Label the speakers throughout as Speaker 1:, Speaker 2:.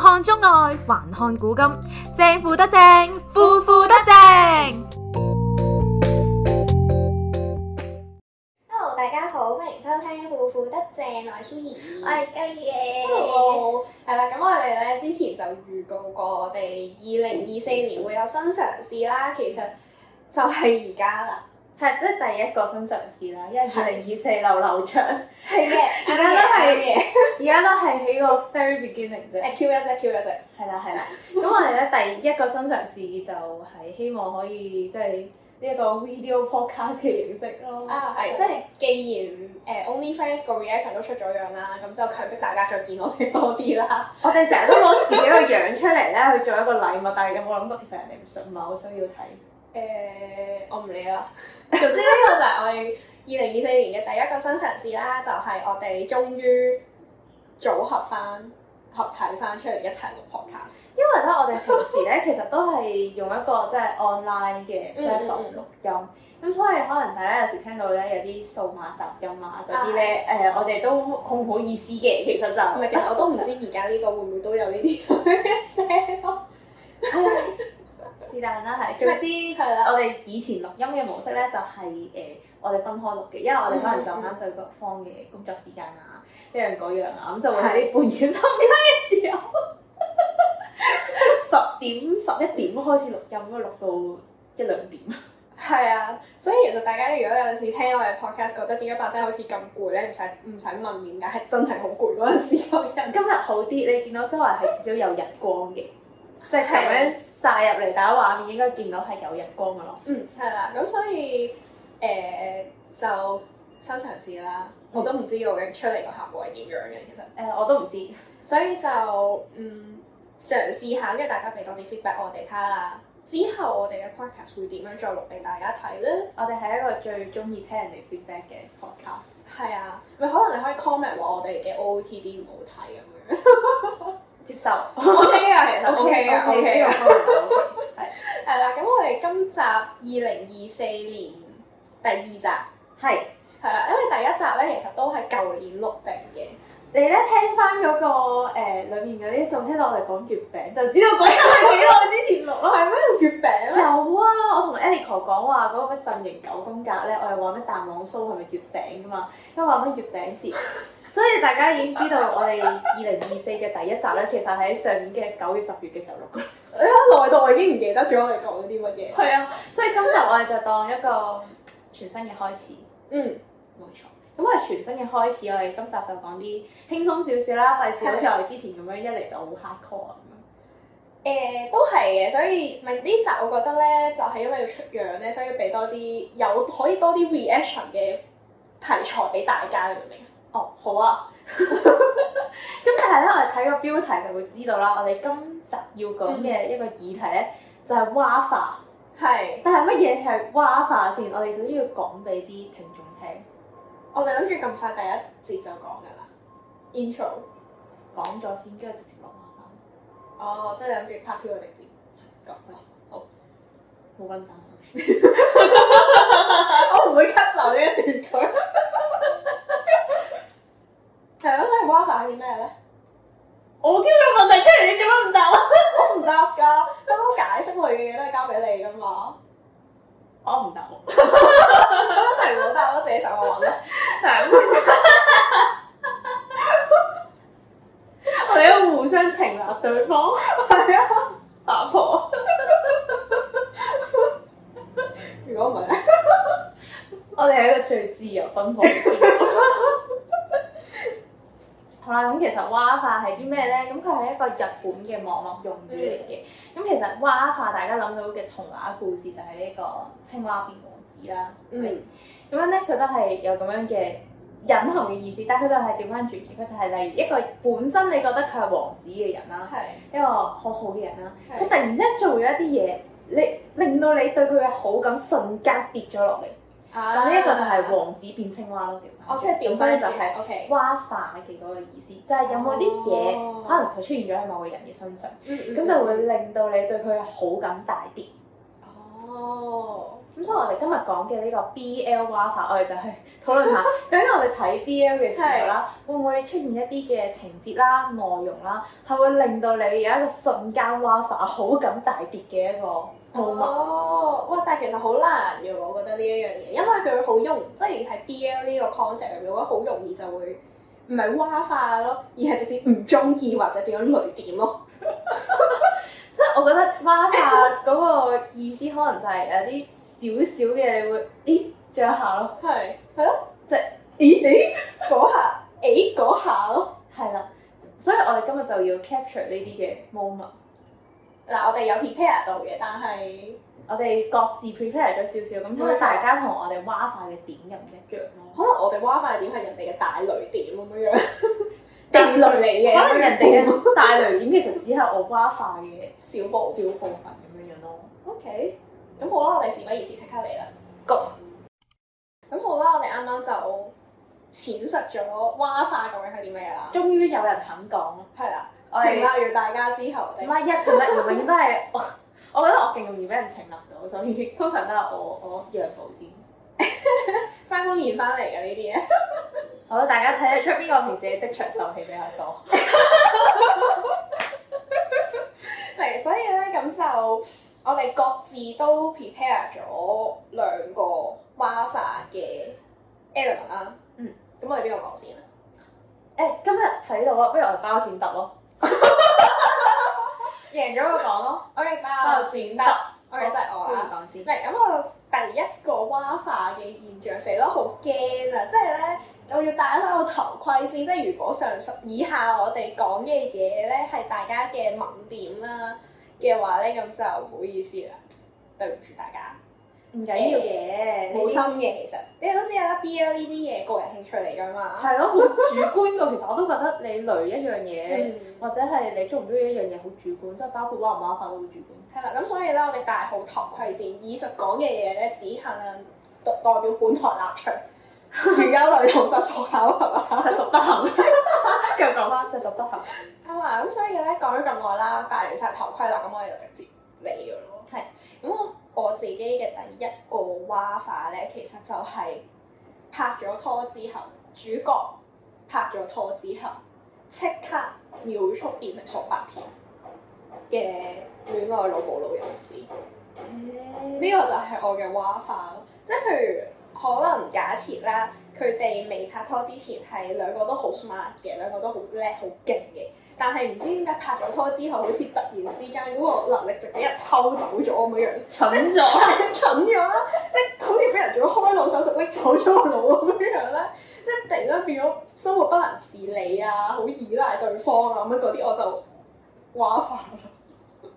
Speaker 1: 看中外，還看古今，正負得正，負負得正。
Speaker 2: Hello，大家好，歡迎收聽《腐腐得正》，我係蘇怡，
Speaker 3: 我係雞嘢。
Speaker 2: 嗯 Hello，係啦，咁我哋咧之前就預告過，我哋二零二四年會有新嘗試啦，其實就係而家啦，
Speaker 3: 係即係第一個新嘗試啦，因為二零二四流流長，
Speaker 2: 係嘅，
Speaker 3: 大家都係
Speaker 2: 嘅，
Speaker 3: 而家都係喺個 very beginning 啫。
Speaker 2: 誒 Q 一隻 Q 一隻，
Speaker 3: 係啦係啦，咁我哋咧第一個新嘗試就係希望可以即係呢一個 video podcast 嘅形式咯。
Speaker 2: 啊係，即係既然誒 OnlyFans 個 reaction 都出咗樣啦，咁就強迫大家再見我哋多啲啦，
Speaker 3: 我哋成日都攞自己個樣出嚟咧去做一個禮物，但係有冇諗過其實人哋唔需唔係好需要睇？
Speaker 2: 誒我唔理啦， 總之呢個就係我哋二零二四年嘅第一個新嘗試啦，就係我哋終於組合翻合體翻出嚟一齊錄 podcast。
Speaker 3: 因為咧，我哋平時咧其實都係用一個即係 online 嘅
Speaker 2: 嗯
Speaker 3: platform 錄音，咁所以可能大家有時聽到咧有啲數碼雜音啊嗰啲咧，誒我哋都好唔好意思嘅，其實就
Speaker 2: 唔 係，其 實我都唔知而家呢個會唔會都有呢啲咁嘅聲咯。
Speaker 3: 是但啦，係總之
Speaker 2: 係啦，
Speaker 3: 我哋以前錄音嘅模式咧就係、誒、我哋分開錄嘅，因為我哋可能就啱對各方嘅工作時間啊，呢樣嗰樣啊，咁就會喺半夜三更嘅時候，十點十一點開始錄音，咁錄到一兩點。
Speaker 2: 係啊，所以其實大家如果有陣時聽我哋 podcast，覺得點解把聲好似咁攰咧，唔使唔使問點解，係真係好攰嗰陣時個人。
Speaker 3: 今日好啲，你見到周圍係至少有日光嘅，即係咁樣晒入嚟，大家畫面應該見到係有日光嘅咯。
Speaker 2: 嗯，係啦，咁所以誒、就新嘗試啦，我都唔知究竟出嚟個效果係點樣嘅，其實，
Speaker 3: 誒、我都唔知，
Speaker 2: 所以就嗯嘗試下，跟住大家俾多啲 feedback 我哋睇下啦。之後我哋嘅 podcast 會點樣再錄俾大家睇咧？
Speaker 3: 我哋係一個最中意聽人哋 feedback 嘅 podcast。
Speaker 2: 係啊，咪可能你可以 comment 話我哋嘅 OOTD 唔好睇咁樣。
Speaker 3: 接受
Speaker 2: OK 啊，其實 OK 啊，OK 啊。
Speaker 3: 係
Speaker 2: 係啦，咁我哋今集二零二四年第二集，係
Speaker 3: 係
Speaker 2: 啦，因為第一集咧其實都係舊年錄定嘅。
Speaker 3: 你咧聽翻嗰個誒裡面嗰啲，仲聽到我哋講月餅，就知道嗰日係幾耐之前錄
Speaker 2: 我
Speaker 3: 咯。
Speaker 2: 係咩月餅
Speaker 3: 有
Speaker 2: 咩？
Speaker 3: 啊，我同 Erico 講話嗰個咩陣營九宮格咧，我又話咩蛋黃酥係咪月餅噶嘛，因為話咩月餅 節，所以大家已經知道我哋二零二四嘅第一集咧，其實喺上年嘅九月十月嘅時候錄嘅。
Speaker 2: 你一耐到我已經唔記得咗我哋講咗啲乜嘢。
Speaker 3: 係啊，所以今集我哋就當一個全新嘅開始，
Speaker 2: 嗯，
Speaker 3: 冇錯。咁我哋全新嘅開始，我哋今集就講啲輕鬆少少啦，費事好似我哋之前咁樣一嚟就好 hardcore 咁樣。
Speaker 2: 誒、都係嘅，所以咪呢集我覺得咧，就係、因為要出樣咧，所以要俾多啲有可以多啲 reaction 嘅題材俾大家，你明唔明啊？
Speaker 3: 哦，好啊。咁但係咧，我哋睇個標題就會知道啦。我哋今集要講嘅一個議題咧，就係 WAFA。
Speaker 2: 係。
Speaker 3: 但係乜嘢係 WAFA 先？我哋首先要講俾啲聽眾聽，
Speaker 2: 我哋諗住咁快第一節就講㗎啦，intro。
Speaker 3: 講咗先，跟住直接落 WAFA。
Speaker 2: 哦，即係諗住 part two 就直接講開始。
Speaker 3: 冇揾膽水。
Speaker 2: 我唔會 cut 走呢一段佢。 係啊咯，所以 WiFi 係啲咩咧？
Speaker 3: 我叫個問題出嚟，你做乜唔答啊？
Speaker 2: 我唔答㗎，不嬲解釋類嘅嘢都係交俾你㗎 嘛。
Speaker 3: 我唔答喎。
Speaker 2: 我一齊唔好答，我自己上網揾啦。
Speaker 3: 我哋要互相懲罰對方。
Speaker 2: 係啊，
Speaker 3: 阿婆，
Speaker 2: 如果唔係咧，
Speaker 3: 我哋係一個最自由奔放嘅節 目。好啦，咁其實 WAFA 係啲咩咧？咁佢係一個日本嘅網絡用語嚟嘅。
Speaker 2: 嗯
Speaker 3: 咁、其實 WAFA 大家諗到嘅童話故事就係呢個青蛙變王子啦。
Speaker 2: 嗯
Speaker 3: 咁樣咧，佢都係有咁樣嘅隱含嘅意思，但係佢都係調翻轉嘅。佢就係例如一個本身你覺得佢係王子嘅人啦，
Speaker 2: 係
Speaker 3: 一個好好嘅人啦，佢
Speaker 2: 啊係
Speaker 3: 突然之間做咗一啲嘢，你令到你對佢嘅好感瞬間跌咗落嚟。
Speaker 2: 啊
Speaker 3: 咁呢一個就係王子變青蛙咯，調翻
Speaker 2: 哦，即係調
Speaker 3: 所以
Speaker 2: 翻
Speaker 3: 就係
Speaker 2: OK。
Speaker 3: 蛙化嘅嗰個意思，就係有冇啲嘢
Speaker 2: 哦
Speaker 3: 可能佢出現咗喺某個人嘅身上，
Speaker 2: 嗯
Speaker 3: 咁就會令到你對佢嘅好感大跌。
Speaker 2: 哦，
Speaker 3: 咁所以我哋今日講嘅呢個 BL 蛙法，我哋就去討論下，究竟我哋睇 BL 嘅時候啦，會唔會出現一啲嘅情節啦、內容啦，係會令到你有一個瞬間蛙法好感大跌嘅一個 moment？
Speaker 2: 哦，哇！但係其實好難嘅，我覺得呢一樣嘢，因為佢好容，即係喺 BL 呢個 concept 入面，我覺得好容易就會唔係蛙化咯，而係直接唔中意或者變咗雷點咯。
Speaker 3: 即係我覺得蛙法嗰個意思可能就係有啲少少嘅你會咦咗一下咯，
Speaker 2: 係係咯，
Speaker 3: 即係
Speaker 2: 咦咦嗰下， 咦嗰下咯。
Speaker 3: 係啦。所以我哋今日就要 capture 呢啲嘅 moment。
Speaker 2: 嗱，我哋有 prepare 到嘅，但係
Speaker 3: 我哋各自 prepare 咗少少，咁睇下大家同我哋蛙化嘅點又唔一樣咯。
Speaker 2: 可能我哋蛙化嘅點係人哋嘅大雷點咁樣樣， 地雷嚟嘅，
Speaker 3: 可能人哋 嘅大雷點其實只係我蛙化嘅
Speaker 2: 小
Speaker 3: 少部
Speaker 2: 步。
Speaker 3: 分咁樣樣咯。
Speaker 2: OK，咁好啦，我哋事不宜遲，即刻嚟啦，Go！咁好啦，我哋啱啱就淺述咗蛙化究竟係啲咩啦，
Speaker 3: 終於有人肯講啦，
Speaker 2: 係啦，
Speaker 3: 我
Speaker 2: 懲
Speaker 3: 哋
Speaker 2: 罰完大家之後，我哋
Speaker 3: 唔係一情物而永遠都係我，我覺得我勁容易俾人情立到，所以 通常都係我我讓步先。
Speaker 2: 翻工研翻嚟嘅呢啲 嘢，
Speaker 3: 好啦，大家睇得出邊個平時嘅職場受氣比較多。
Speaker 2: 嚟，所以咧咁就我哋各自都 prepare 咗兩個蛙化嘅 element 啦，
Speaker 3: 嗯，
Speaker 2: 咁我哋邊個講先啊？
Speaker 3: 誒、今日睇到啊，不如我哋包剪揼咯， 贏咗個講咯，
Speaker 2: OK，包
Speaker 3: 包
Speaker 2: 剪得，OK 就係我啊啦。
Speaker 3: 講先
Speaker 2: 唔。係咁，我第一個蛙化嘅現象死咯，好驚啊！即係咧，我要戴翻個頭盔先。即係如果上述以下我哋講嘅嘢咧係大家嘅盲點啦嘅話咧，咁就唔好意思啦，對唔住大家。
Speaker 3: 唔緊要嘅，
Speaker 2: 冇心嘅其實，你哋都知啦，BL 呢啲嘢個人興趣嚟㗎嘛。
Speaker 3: 係咯，好主觀噶。其實我都覺得你累一樣 嘢，
Speaker 2: 嗯
Speaker 3: 或者係你中唔中意一樣嘢好主觀，即係包括玩唔玩法都好主 觀。
Speaker 2: 係啦，咁所以咧，我哋戴好頭盔先。以述講嘅嘢咧，只限代代表本台立場。如有雷同，實屬巧合啊！
Speaker 3: 實屬不幸，繼續講翻實屬不幸。
Speaker 2: 啱啊！咁所以咧講咗咁耐啦，戴完晒頭盔啦，咁我哋就直接嚟嘅咯。
Speaker 3: 係。
Speaker 2: 咁我我自己嘅第一個蛙化咧，其實就係拍咗拖之後，主角拍咗拖之後，即刻秒速變成熟白甜嘅戀愛腦補腦人士。呢個就係我嘅蛙化咯，即係譬如可能假設啦，佢哋未拍拖之前係兩個都好 smart 嘅，兩個都好叻好勁嘅，但係唔知點解拍咗拖之後，好似突然之間嗰個能力直俾人抽走咗咁樣樣，
Speaker 3: 蠢咗，
Speaker 2: 係蠢咗啦，即係好似俾人做咗開腦手術拎走咗個腦咁樣樣啦，即係突然間變咗生活不能自理啊，好依賴對方啊咁樣嗰啲，我就蛙化啦。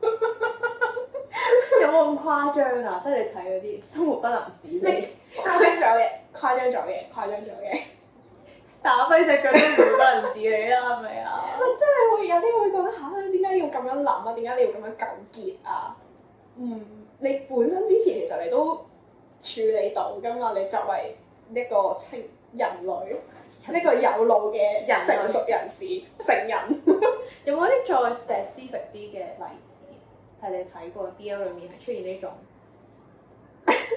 Speaker 3: 有冇咁誇張啊？即係你睇嗰啲生活不能自理，
Speaker 2: 誇張咗嘅，誇張咗嘅，誇張咗嘅。
Speaker 3: 打跛只腳都唔會不能自理啦，係咪啊？
Speaker 2: 喂，即係你會有啲會覺得吓，你點解要咁樣諗啊？點解你要咁樣糾結啊？嗯，你本身之前其實你都處理到噶嘛，你作為一個青人類，呢個有腦嘅
Speaker 3: 人類
Speaker 2: 成熟人 士、成人，
Speaker 3: 有冇一啲再 specific 啲嘅例子係你睇過 BL 裡面係出現呢種？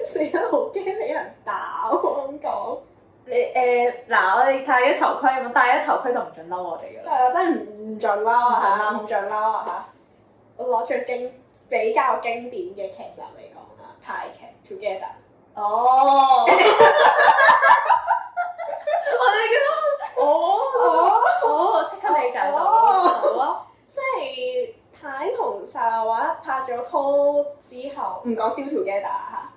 Speaker 2: 死得好驚俾人打喎咁講，
Speaker 3: 你誒嗱，我哋戴咗頭盔啊嘛，戴咗頭盔就唔準嬲我哋噶啦。
Speaker 2: 嗱真係唔唔盡啦啊嚇，唔盡啦啊嚇！我攞最經比較經典嘅劇集嚟講啦，泰劇《Together》。
Speaker 3: 哦，我哋覺得哦哦哦，即刻理解到，好啊，
Speaker 2: 即係太同細路話拍咗拖之後，唔講 still together 嚇，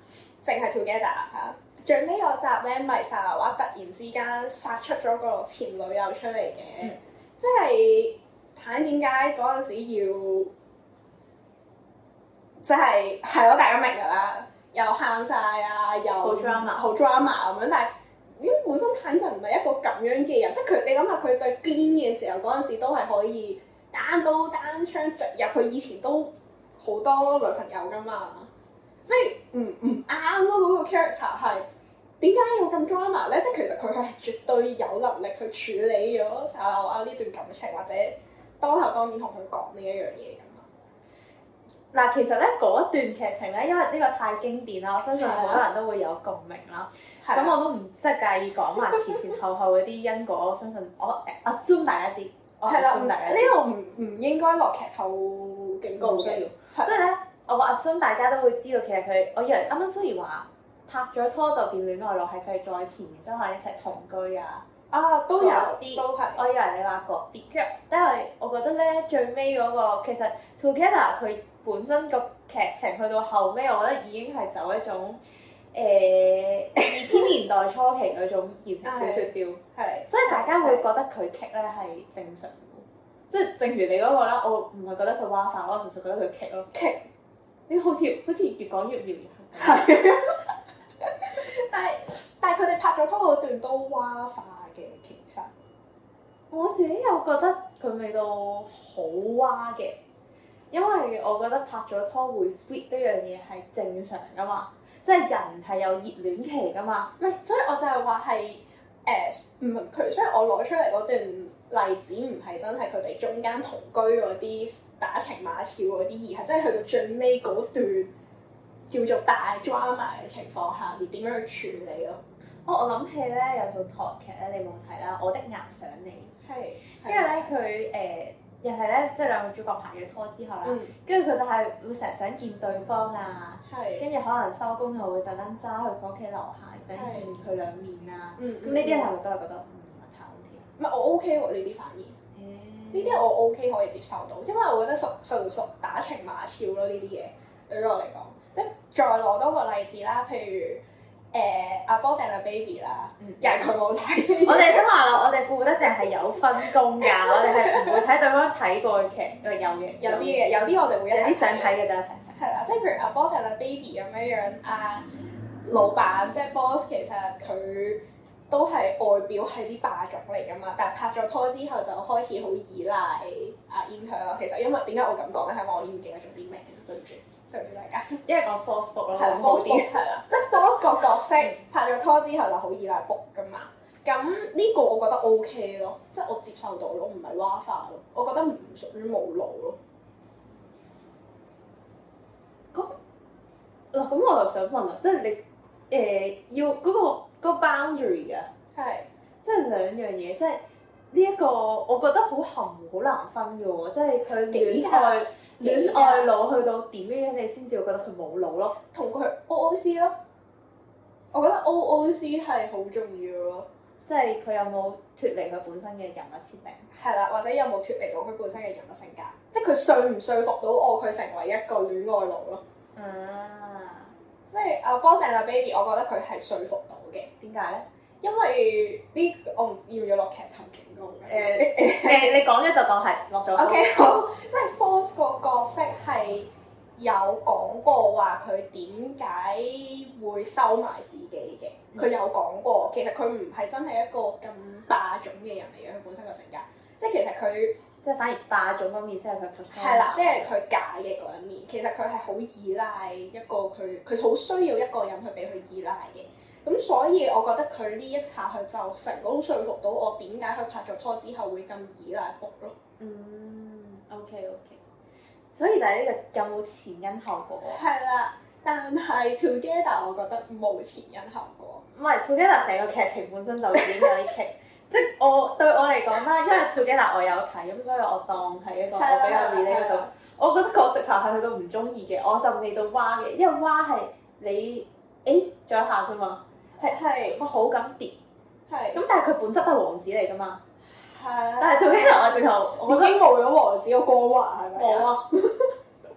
Speaker 2: 淨係 together 嚇。最尾嗰集咧，咪細路話突然之間殺出咗個前女友出嚟嘅，
Speaker 3: 嗯
Speaker 2: 即係坦點解嗰陣時要，即係係咯，大家明㗎啦，又喊晒啊，又
Speaker 3: 好 drama
Speaker 2: 好 drama 啊咁樣，但係。因為本身坦就唔係一個咁樣嘅人，即係佢你諗下佢對 Green 嘅時候嗰陣時都係可以單刀單槍直入，佢以前都好多女朋友噶嘛，即係唔唔啱咯嗰個 character 係點解要咁 drama 咧？即係其實佢係絕對有能力去處理咗撒啊拉瓦呢段感情，或者當頭當面同佢講呢一樣嘢噶嘛。
Speaker 3: 嗱，其實咧嗰一段劇情咧，因為呢個太經典啦，我相信好多人都會有共鳴啦。
Speaker 2: 係
Speaker 3: 咁
Speaker 2: 啦
Speaker 3: 我都唔即係介意講埋前前後後嗰啲因果，我相信我 assume 大家知，我
Speaker 2: 係啦，唔
Speaker 3: assume 大家知
Speaker 2: 呢。個唔唔應該落劇透警告
Speaker 3: 唔需要
Speaker 2: 嘅，
Speaker 3: 即係咧，我 assume 大家都會知道，其實佢，我以為啊啱啱雖然話拍咗拖就變戀愛咯，係佢哋在前，然之後可能一齊同居啊。
Speaker 2: 啊都有
Speaker 3: 嗰啲
Speaker 2: 都係，
Speaker 3: 我以為你話嗰啲，跟住但係我覺得咧最尾嗰、個其實 Together 佢本身個劇情去到後尾，我覺得已經係走一種 誒二千年代初期嗰種言情小説 feel，
Speaker 2: 係
Speaker 3: 所以大家會覺得佢劇咧係正常嘅，即係正如你嗰、個啦，我唔係覺得佢蛙化，我純粹覺得佢劇咯，
Speaker 2: 劇
Speaker 3: 你好似好似越講越描 係
Speaker 2: 係。但係但係佢哋拍咗拖嗰段都蛙化嘅，其實
Speaker 3: 我自己又覺得佢味道好蛙嘅，因為我覺得拍咗拖會 sweet 呢樣嘢係正常噶嘛，即係人係有熱戀期噶嘛。
Speaker 2: 唔係，所以我就係話係誒唔係佢，所以我攞出嚟嗰段例子唔係真係佢哋中間同居嗰啲打情罵俏嗰啲，而係真係去到最尾嗰段叫做大 drama 嘅情況下面點樣去處理咯。
Speaker 3: 哦，我諗起咧有套台劇咧，你冇睇啦，《我的牙想你》，
Speaker 2: 係，
Speaker 3: 因為咧佢誒又係咧，即係兩個主角拍咗拖之後啦，
Speaker 2: 嗯
Speaker 3: 跟住佢哋係會成日想見對方啊，
Speaker 2: 係
Speaker 3: 跟住可能收工就會特登揸去佢屋企樓下等
Speaker 2: 係
Speaker 3: 見佢兩面啊。
Speaker 2: 嗯
Speaker 3: 咁呢啲係咪都係覺得唔係太 OK？
Speaker 2: 唔係我 OK 喎呢啲反而呢
Speaker 3: 嗯
Speaker 2: 啲我 OK 可以接受到，因為我覺得純純屬打情罵俏咯呢啲嘢對於我嚟講，即係再攞多個例子啦，譬如誒阿 Boss and a Baby 啦，
Speaker 3: 嗯
Speaker 2: 又係佢冇睇，
Speaker 3: 我哋都話啦，我哋負得淨係有分工㗎， 我哋係唔會睇對方睇過嘅劇，因為有嘅，
Speaker 2: 有啲嘅，有啲我哋會一
Speaker 3: 有
Speaker 2: 齊
Speaker 3: 啲想睇嘅咋睇睇。
Speaker 2: 係啦，啊即係譬如阿 Boss and a Baby 咁樣樣，啊老闆即係 Boss 其實佢都係外表係啲霸總嚟噶嘛，但係拍咗拖之後就開始好依賴阿 intern 啦。其實因為點解我咁講咧，係因為我已經唔記得咗啲名，對唔住，對唔住大家。
Speaker 3: 因為講 force book 咯，
Speaker 2: 係啦
Speaker 3: 好
Speaker 2: ，force
Speaker 3: 哦啲。
Speaker 2: book 係啦，即係 force 個角色拍咗拖之後就好依賴 book 噶嘛。咁呢個我覺得 OK 咯，即係我接受到咯，唔係蛙化咯，我覺得唔屬於無腦咯。
Speaker 3: 嗱，咁我又想問啦，即係你誒要嗰個嗰個 boundary 啊，
Speaker 2: 係。
Speaker 3: 即係兩樣嘢，即係。呢一個我覺得好含糊，好難分嘅喎，即係佢戀愛
Speaker 2: 幾㗎
Speaker 3: 戀愛腦去到點樣，你先至會覺得佢冇腦咯。
Speaker 2: 同佢 O O C 咯。我覺得 O O C 係好重要咯，
Speaker 3: 即係佢有冇脱離佢本身嘅人物設定？
Speaker 2: 係啦，或者有冇脱離到佢本身嘅人物性格，即係佢說唔說服到我佢成為一個戀愛腦咯。
Speaker 3: 啊，
Speaker 2: 即係阿 Boss and Baby，我覺得佢係說服到嘅，
Speaker 3: 點解咧？
Speaker 2: 因為呢、我唔要唔要落劇透警告嘅？
Speaker 3: 誒，你講咗就當係落咗。
Speaker 2: O K 好，即係 Force 個角色係有講過話佢點解會收埋自己嘅，佢有講過，其實佢唔係真係一個咁霸總嘅人嚟嘅，佢本身個性格，即係其實佢
Speaker 3: 即係反而霸總方面先係佢 percent。
Speaker 2: 係啦，即係佢假嘅嗰一面，其實佢係好依賴一個佢，佢好需要一個人去俾佢依賴嘅。咁所以我覺得佢呢一下佢就成功說服到我點解佢拍咗拖之後會咁依賴 book 咯。
Speaker 3: 嗯，OK OK。所以就係呢個有冇前因後果？
Speaker 2: 係啦，但係 Together 我覺得冇前因後果。
Speaker 3: 唔係 Together 成個劇情本身就已經有啲劇。 即係我對我嚟講啦，因 為 Together 我有睇，咁所以我當係一哦個我比較 relate 到。我覺得我直頭係去到唔中意嘅，我就未到蛙嘅，因為蛙係你誒再下啫嘛，係
Speaker 2: 係
Speaker 3: 我好感跌。
Speaker 2: 係
Speaker 3: 咁但係佢本質都係王子嚟㗎嘛，
Speaker 2: 係
Speaker 3: 但係 Together 我直頭我覺得。
Speaker 2: 已經冇咗王子個光環係咪
Speaker 3: 冇
Speaker 2: 啊？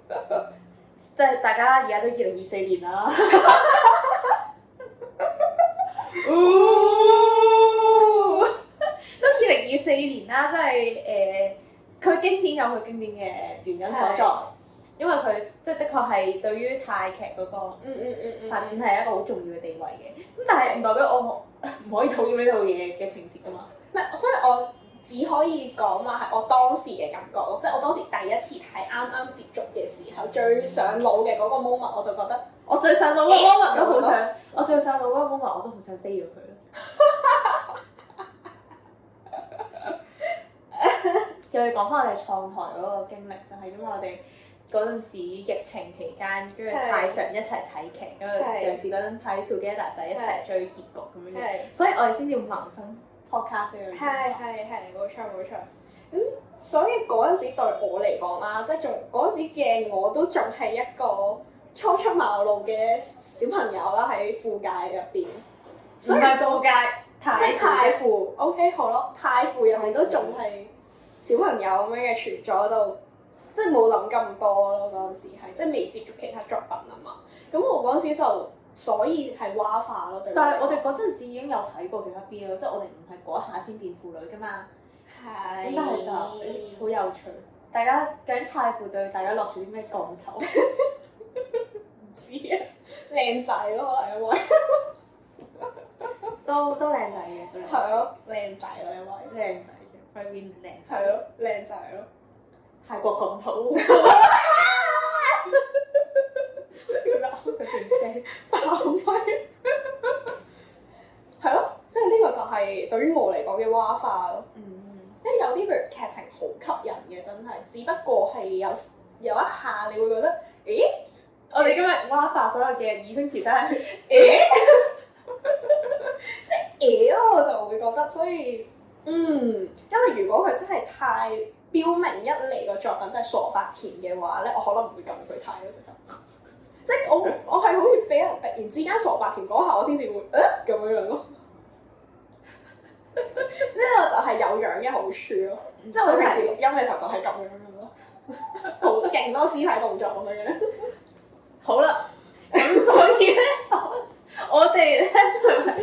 Speaker 3: 啊！ 即係大家而家都二零二四年 啦。
Speaker 2: 嗯
Speaker 3: 都二零二四年啦，即係誒，佢、經典有佢經典嘅原因所在
Speaker 2: 係，
Speaker 3: 因為佢即係的確係對於泰劇嗰個
Speaker 2: 嗯嗯嗯嗯，
Speaker 3: 發展係一個好重要嘅地位嘅。咁但係唔代表我唔唔可以討厭呢套嘢嘅情節㗎嘛。
Speaker 2: 唔係，所以我只可以講話係我當時嘅感覺咯，即係我當時第一次睇啱啱接觸嘅時候，最上腦嘅嗰個 moment，我就覺得
Speaker 3: 我最細佬嗰個 moment 都好
Speaker 2: 啊
Speaker 3: 想，我最細佬嗰個 moment 我都好想 飛咗佢啦。又要講翻我哋創台嗰個經歷，就係、因為我哋嗰陣時疫情期間，跟住
Speaker 2: 係
Speaker 3: 太常一齊睇劇，跟住
Speaker 2: 係
Speaker 3: 尤其是嗰陣睇 Together 就一齊追結局咁樣樣，
Speaker 2: 係
Speaker 3: 所以我哋先至會萌生 podcast 呢樣
Speaker 2: 係
Speaker 3: 嘢。
Speaker 2: 係係，冇錯冇錯。咁所以嗰陣時對我嚟講啦，即係仲嗰陣時嘅我都仲係一個初出茅廬嘅小朋友啦，喺副界入邊，
Speaker 3: 唔
Speaker 2: 所以
Speaker 3: 係
Speaker 2: 就
Speaker 3: 副界，
Speaker 2: 即係太
Speaker 3: 太
Speaker 2: 傅，OK 好咯，太傅入面都仲係小朋友咁樣嘅存在，就即係冇諗咁多咯。嗰陣時係即係未接觸其他作品啊嘛。咁我嗰陣時就所以係蛙化咯，對
Speaker 3: 但係我
Speaker 2: 嚟
Speaker 3: 哋嗰陣時已經有睇過其他 BL，即係我哋唔係嗰一下先變婦女㗎嘛。
Speaker 2: 講
Speaker 3: 咁但係
Speaker 2: 係
Speaker 3: 就誒哎好有趣，大家究竟太傅對大家落住啲咩降頭？
Speaker 2: 唔知啊，靚仔咯，可能因為
Speaker 3: 都都靚仔嘅，都靚仔
Speaker 2: 係咯，靚仔咯，因為
Speaker 3: 靚仔嘅 f r e e 靚仔，
Speaker 2: 係咯，靚仔咯。
Speaker 3: 泰國降頭。
Speaker 2: 爆
Speaker 3: 佢段聲
Speaker 2: 咪，係咯，即係呢個就係對於我嚟講嘅蛙化咯。
Speaker 3: 嗯，
Speaker 2: 即係有啲譬如劇情好吸引嘅，真係，只不過係有有一下你會覺得，咦？
Speaker 3: 我哋今日蛙化所有嘅擬聲詞都係
Speaker 2: 誒， 即係誒咯，我就會覺得，所以嗯，因為如果佢真係太標明一嚟個作品真係傻白甜嘅話咧，我可能唔會撳佢睇咯，即刻。即係我我係好似俾人突然之間傻白甜嗰下，我先至會誒咁樣樣咯。 呢個就係有樣嘅好處咯，
Speaker 3: 嗯
Speaker 2: 即係我平時錄音嘅時候就係咁樣樣咯， 好勁多肢體動作咁樣樣。
Speaker 3: 好啦，咁所以咧，我 我哋咧係咪？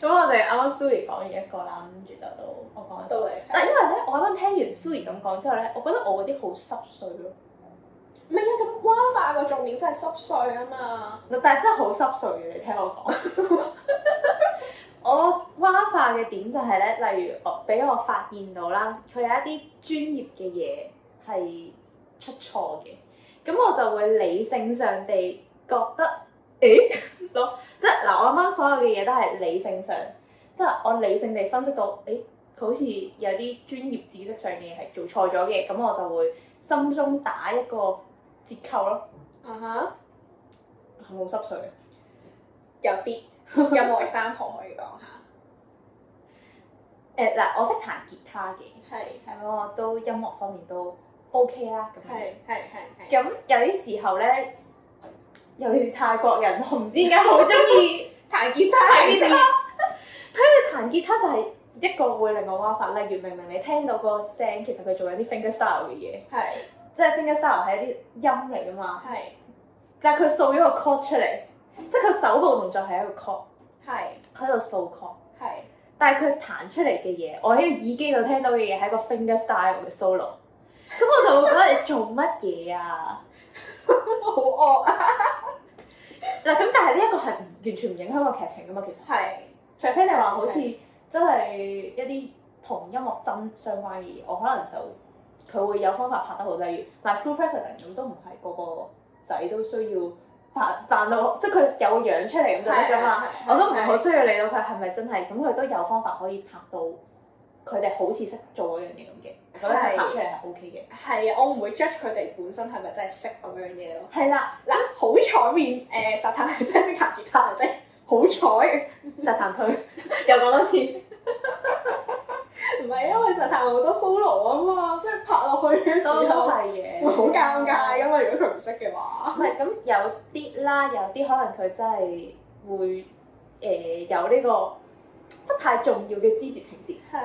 Speaker 3: 咁我哋啱啱 Suri 講完一個啦，跟住就到我講一個。
Speaker 2: 嚟
Speaker 3: 但因為咧，我啱啱聽完 Suri 咁講之後咧，我覺得我嗰啲好濕碎咯。
Speaker 2: 唔係啊，咁蛙化個重點真係濕碎啊嘛。
Speaker 3: 但係真係好濕碎嘅，你聽我講。我蛙化嘅點就係咧，例如我俾我發現到啦，佢有一啲專業嘅嘢係出錯嘅，咁我就會理性上地覺得，誒， 咯，即係嗱，我啱啱所有嘅嘢都係理性上，即係我理性地分析到，誒，佢好似有啲專業知識上嘅嘢係做錯咗嘅，咁我就會心中打一個折扣咯，
Speaker 2: 啊哈，
Speaker 3: 係咪好濕碎啊？
Speaker 2: 有 啲有冇 example 可以講下？
Speaker 3: 誒嗱、我識彈吉他嘅，
Speaker 2: 係
Speaker 3: 係我都音樂方面都 OK 啦咁樣。
Speaker 2: 係係係係。
Speaker 3: 咁有啲時候咧，尤其是泰國人，我唔知點解好中意
Speaker 2: 彈吉他，
Speaker 3: 彈吉他。睇佢彈吉他就係一個會令我哇發，例如明明你聽到個聲，其實佢做緊啲 finger style 嘅嘢，
Speaker 2: 係
Speaker 3: 即係 finger style 係一啲音嚟噶嘛，
Speaker 2: 係
Speaker 3: 但係佢掃咗個 chord 出嚟，即係佢手部動作係一個 chord，
Speaker 2: 係
Speaker 3: 佢喺度掃 chord。
Speaker 2: 係
Speaker 3: 但係佢彈出嚟嘅嘢，我喺個耳機度聽到嘅嘢係一個 finger style 嘅 solo，咁我就會覺得你做乜嘢啊？
Speaker 2: 好惡啊！
Speaker 3: 嗱，咁但係呢一個係唔完全唔影響個劇情噶嘛，其實，
Speaker 2: 係
Speaker 3: 除非你話好似真係一啲同音樂真相關嘅嘢，我可能就佢會有方法拍得好，例如 My School President 咁都唔係個個仔都需要扮扮到，即係佢有個樣出嚟咁就得噶嘛。我都唔係好啊需要理到佢係咪真係，咁佢都有方法可以拍到佢哋好似識做嗰樣嘢咁嘅，我覺得佢拍出嚟係 O K
Speaker 2: 係啊，我唔會 judge 佢哋本身係咪真係識咁樣嘢咯。
Speaker 3: 嘅。係啦，
Speaker 2: 嗱，好彩面誒沙灘係真係識彈吉他嘅啫，好彩。
Speaker 3: 實彈推 又講多次，
Speaker 2: 唔係因為實彈好多 solo 啊嘛，即係拍落去嘅時
Speaker 3: 都
Speaker 2: 候
Speaker 3: 係 嘅，
Speaker 2: 會好尷
Speaker 3: 啊
Speaker 2: 尬噶嘛。如果佢唔識嘅話。
Speaker 3: 唔係咁有啲啦，有啲可能佢真係會誒、有呢個不太重要嘅枝節情節。
Speaker 2: 係。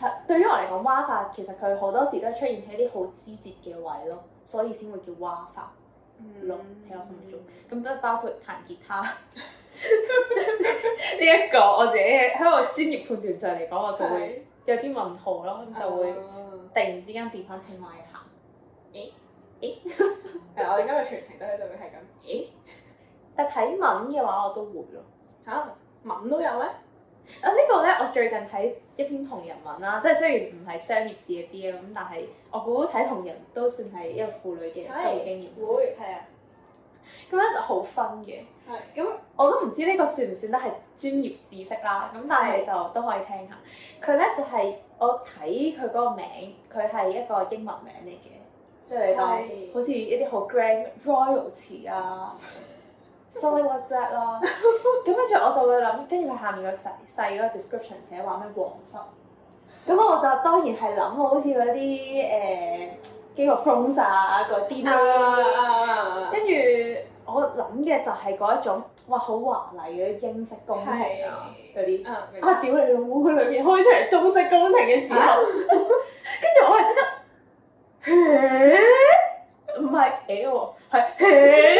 Speaker 3: 係對於我嚟講，蛙法其實佢好多時都係出現喺啲好枝節嘅位咯，所以先會叫蛙法。
Speaker 2: 嗯
Speaker 3: 咯喺我心目中。咁都包括彈吉他 呢一個，我自己喺我專業判斷上嚟講，我就會有啲問號咯，咁就會
Speaker 2: 啊
Speaker 3: 突
Speaker 2: 哦
Speaker 3: 然之間變翻青蛙嘅喊。
Speaker 2: 係，啊我哋今日全程都喺度會係咁。咦？
Speaker 3: 但睇文嘅話，我都會咯。
Speaker 2: 嚇，文都有咩？
Speaker 3: 啊，呢個咧，我最近睇一篇同人文啦，即係雖然唔係商業字嘅 B 咁，但係我估睇同人都算係一個婦女嘅生活經驗。
Speaker 2: 會係啊，
Speaker 3: 咁樣好分嘅。
Speaker 2: 係
Speaker 3: 咁我都唔知呢個算唔算得係專業知識啦，咁但係就都可以聽下。佢咧就係、我睇佢嗰個名，佢係一個英文名嚟嘅，即係你當
Speaker 2: 係
Speaker 3: 好似一啲好 grand royalty 啊，something like that 啦。咁跟住我就會諗，跟住佢下面個細細嗰個 description 寫話咩皇室，咁我就當然係諗好似嗰啲誒肌肉 frozen 啊嗰啲啦。
Speaker 2: 啊
Speaker 3: 跟住我諗嘅就係嗰一種，哇好華麗嘅英式宮廷啊
Speaker 2: 係
Speaker 3: 嗰啲。
Speaker 2: 啊，明
Speaker 3: 啊！
Speaker 2: 白
Speaker 3: 屌你老母！佢裏面開出嚟中式宮廷嘅時候，跟住我係即刻，嘿唔係誒喎，係嘿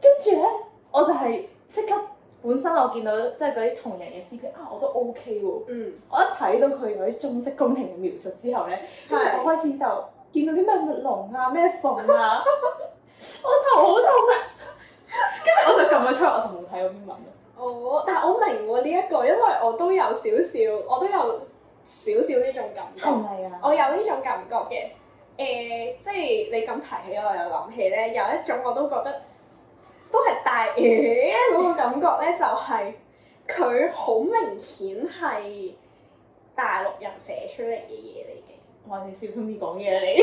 Speaker 3: 跟住咧，我就係即刻本身我見到即係嗰啲同人嘅 C P 啊，我都 O K 喎。
Speaker 2: 嗯，
Speaker 3: 我一睇到佢嗰啲中式宮廷嘅描述之後咧，跟住我開始就見到啲咩龍啊、咩鳳 啊，我頭好痛啊！跟住我就撳咗出去，我就冇睇過篇文啦。
Speaker 2: 我但係我明喎呢一個，因為我都有少少，我都有少少呢種感覺。
Speaker 3: 咪啊
Speaker 2: 我有呢種感覺嘅，誒、即係你咁提起我又諗起咧，有一種我都覺得都係大嘢嗰個感覺咧，就係佢好明顯係大陸人寫出嚟嘅嘢嚟嘅，
Speaker 3: 還是小心啲講嘢啊你。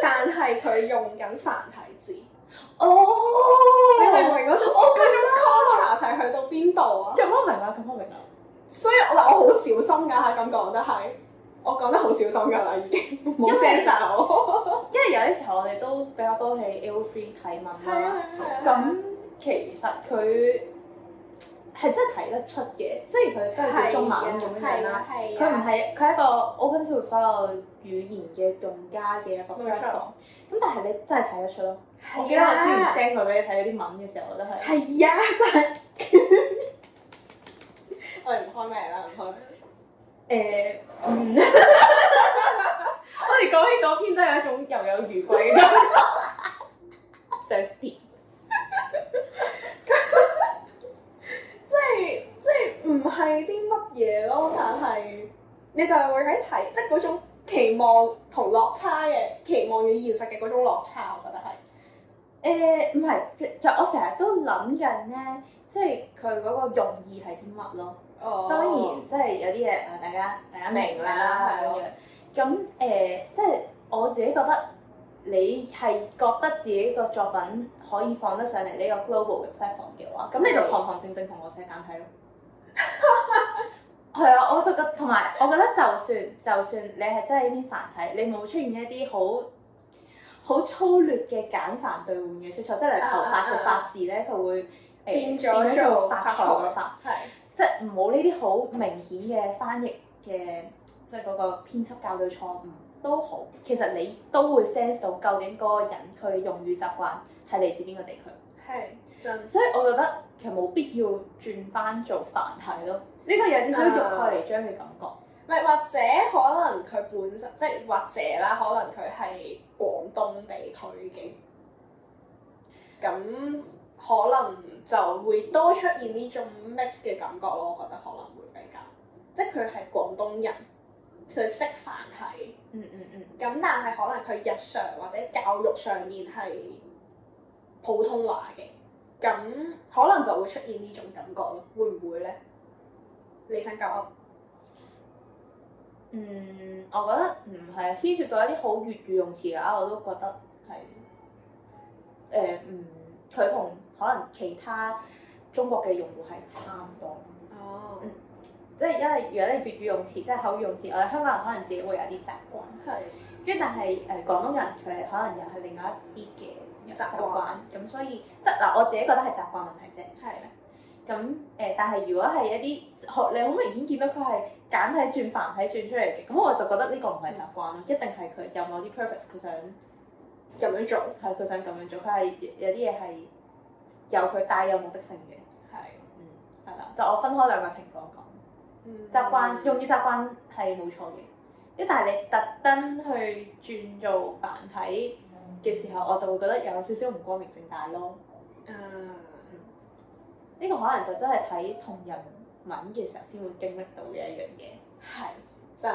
Speaker 2: 但係佢用緊繁體字，你明唔
Speaker 3: 哦，
Speaker 2: 明嗰種嗰
Speaker 3: 我
Speaker 2: 種 contrast 係去到邊度啊？
Speaker 3: 咁我明啦，咁我明啦。
Speaker 2: 所以我嗱，我好小心㗎嚇，咁講得係，我講得好小心㗎啦，已經冇
Speaker 3: 因為
Speaker 2: sense 我。
Speaker 3: 因為有啲時候我哋都比較多喺 L three 睇文啦，
Speaker 2: 係
Speaker 3: 咁其實佢係真係睇得出嘅，雖然佢都係叫中文咁樣樣啦。，
Speaker 2: 啊
Speaker 3: 佢唔係佢係一個 open to 所有語言嘅用家嘅一個
Speaker 2: 冇錯
Speaker 3: platform，咁但係你真係睇得出咯。
Speaker 2: 我
Speaker 3: 我記
Speaker 2: 記
Speaker 3: 得
Speaker 2: 得我
Speaker 3: 我之前
Speaker 2: 之前
Speaker 3: send 佢俾你睇嗰啲文嘅時候，我都係
Speaker 2: 啊係啊，真係。 我哋唔開咩啦，唔開
Speaker 3: 誒，嗯 我哋講起嗰篇都有一種猶有餘悸嘅感覺，想跌。
Speaker 2: 即係即係唔係啲乜嘢咯，但係你就係會喺睇，即係嗰種期望同落差嘅期望與現實嘅嗰種落差，我覺得係。
Speaker 3: 誒唔係，即就我成日都諗緊咧，即係佢嗰個用意係啲乜咯？
Speaker 2: 哦
Speaker 3: 當然，即係有啲嘢啊，大家大家明
Speaker 2: 明
Speaker 3: 啦
Speaker 2: 啦係
Speaker 3: 咁樣。咁誒、呃即係我自己覺得你係覺得自己個作品可以放得上嚟呢個 global 嘅 platform 嘅話，咁你就堂堂正正同我寫簡體咯。係啊，我就覺同埋我覺得就算就算你係真係呢篇繁體，你冇出現一啲好好粗劣嘅簡繁對換嘅出錯，即係例如頭髮嘅發字咧，佢會誒
Speaker 2: 啊變咗
Speaker 3: 做
Speaker 2: 做
Speaker 3: 發
Speaker 2: 發
Speaker 3: 財嘅發。
Speaker 2: 係
Speaker 3: 即係冇呢啲好明顯嘅翻譯嘅，即係嗰個編輯校對錯誤都好，其實你都會 sense 到究竟嗰個人佢嘅用語習慣係嚟自邊個地區，
Speaker 2: 係真。
Speaker 3: 所以我覺得其實冇必要轉翻做繁體咯。呢個有啲少欲蓋彌彰嘅感覺。
Speaker 2: 唔係，或者可能佢本身即係或者啦，可能佢係廣東地區嘅，咁可能就會多出現呢種 mix 嘅感覺咯。我覺得可能會比較，即係佢係廣東人，佢識繁體，
Speaker 3: 嗯嗯嗯，
Speaker 2: 咁但係可能佢日常或者教育上面係普通話嘅，咁可能就會出現呢種感覺咯。會唔會咧？你想教我？
Speaker 3: 嗯，我覺得唔係牽涉到一啲好粵語用詞嘅話，我都覺得係誒嗯，佢同可能其他中國嘅用戶係差唔多。
Speaker 2: 哦
Speaker 3: 即係因為如果你粵語用詞即係口語用詞，我哋香港人可能自己會有啲習慣，
Speaker 2: 係。
Speaker 3: 跟住但係誒、廣東人佢可能又係另外一啲嘅習
Speaker 2: 習慣
Speaker 3: 慣，咁所以即係嗱我自己覺得係習慣問題啫。
Speaker 2: 係
Speaker 3: 咁誒、但係如果係一啲學你好明顯見到佢係簡體轉繁體轉出嚟嘅，咁我就覺得呢個唔係習慣咯，
Speaker 2: 嗯
Speaker 3: 一定係佢有某啲 purpose 佢想
Speaker 2: 咁樣做，
Speaker 3: 係佢想咁樣做，佢係有啲嘢係有佢帶有目的性嘅，
Speaker 2: 係
Speaker 3: 嗯，係啦，就我分開兩個情況講。
Speaker 2: 嗯
Speaker 3: 習慣
Speaker 2: 啊
Speaker 3: 用語習慣係冇錯嘅，咁但係你特登去轉做繁體嘅時候，我就會覺得有少少唔光明正大咯。
Speaker 2: 嗯
Speaker 3: 呢、個可能就真係睇同人文嘅時候先會經歷到嘅一樣嘢。
Speaker 2: 係真，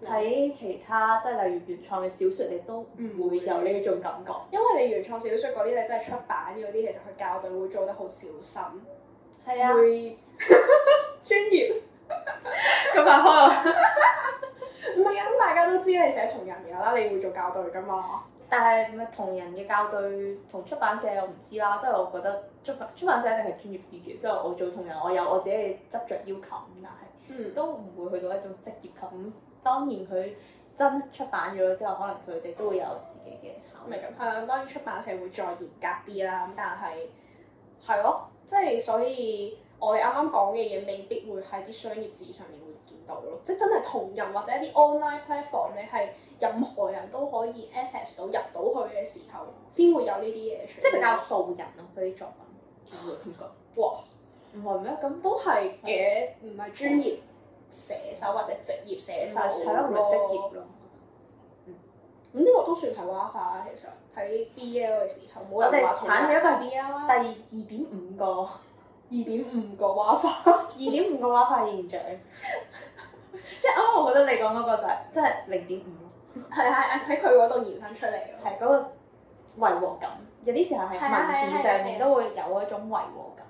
Speaker 3: 嗯睇其他即係例如原創嘅小説，你都唔會有呢種感覺。
Speaker 2: 因為你原創小説嗰啲，你真係出版嗰啲，其實佢校對會
Speaker 3: 啊
Speaker 2: 做得好小心，
Speaker 3: 係啊，
Speaker 2: 會專業，
Speaker 3: 咁啊開我，
Speaker 2: 唔係啊，咁大家都知你寫同人㗎啦，你會做校對㗎嘛？
Speaker 3: 但係咪同人嘅校對同出版社我唔知啦，即係我覺得出版出版社一定係專業啲嘅，即係我做同人我有我自己嘅執着要求，咁但係。
Speaker 2: 嗯，
Speaker 3: 都唔會去到一種職業級。當然佢真出版咗之後，可能佢哋都會有自己嘅考
Speaker 2: 明
Speaker 3: 慮。
Speaker 2: 咁係啊，當然出版社會再嚴格啲啦，咁但係係咯，即係所以我哋啱啱講嘅嘢未必會喺啲商業誌上面會見到咯，即係真係同人或者一啲 online platform 你係任何人都可以 access 到入到去嘅時候，先會有呢啲嘢出現。
Speaker 3: 即係比較素人咯，佢啲作品我會咁覺。
Speaker 2: 哇，
Speaker 3: 唔係咩？咁
Speaker 2: 都係嘅，唔係專業寫手或者職業寫手
Speaker 3: 係咯，唔係職業咯。
Speaker 2: 咁呢個都算係 WiFi 啊，其實喺 BL 嘅時候冇
Speaker 3: 我
Speaker 2: 人
Speaker 3: 哋
Speaker 2: 話同
Speaker 3: 產咗一個係
Speaker 2: BL
Speaker 3: 第
Speaker 2: 啊，
Speaker 3: 二點五個，二
Speaker 2: 二點五個 WiFi。
Speaker 3: 點五個畫法現象。即係啱啱，我覺得你講嗰個就係即係零點五咯，
Speaker 2: 係係喺佢嗰度延伸出嚟咯。
Speaker 3: 係嗰個違和感。有啲時候係
Speaker 2: 係啊係啊
Speaker 3: 文字上面都會有嗰種違和感。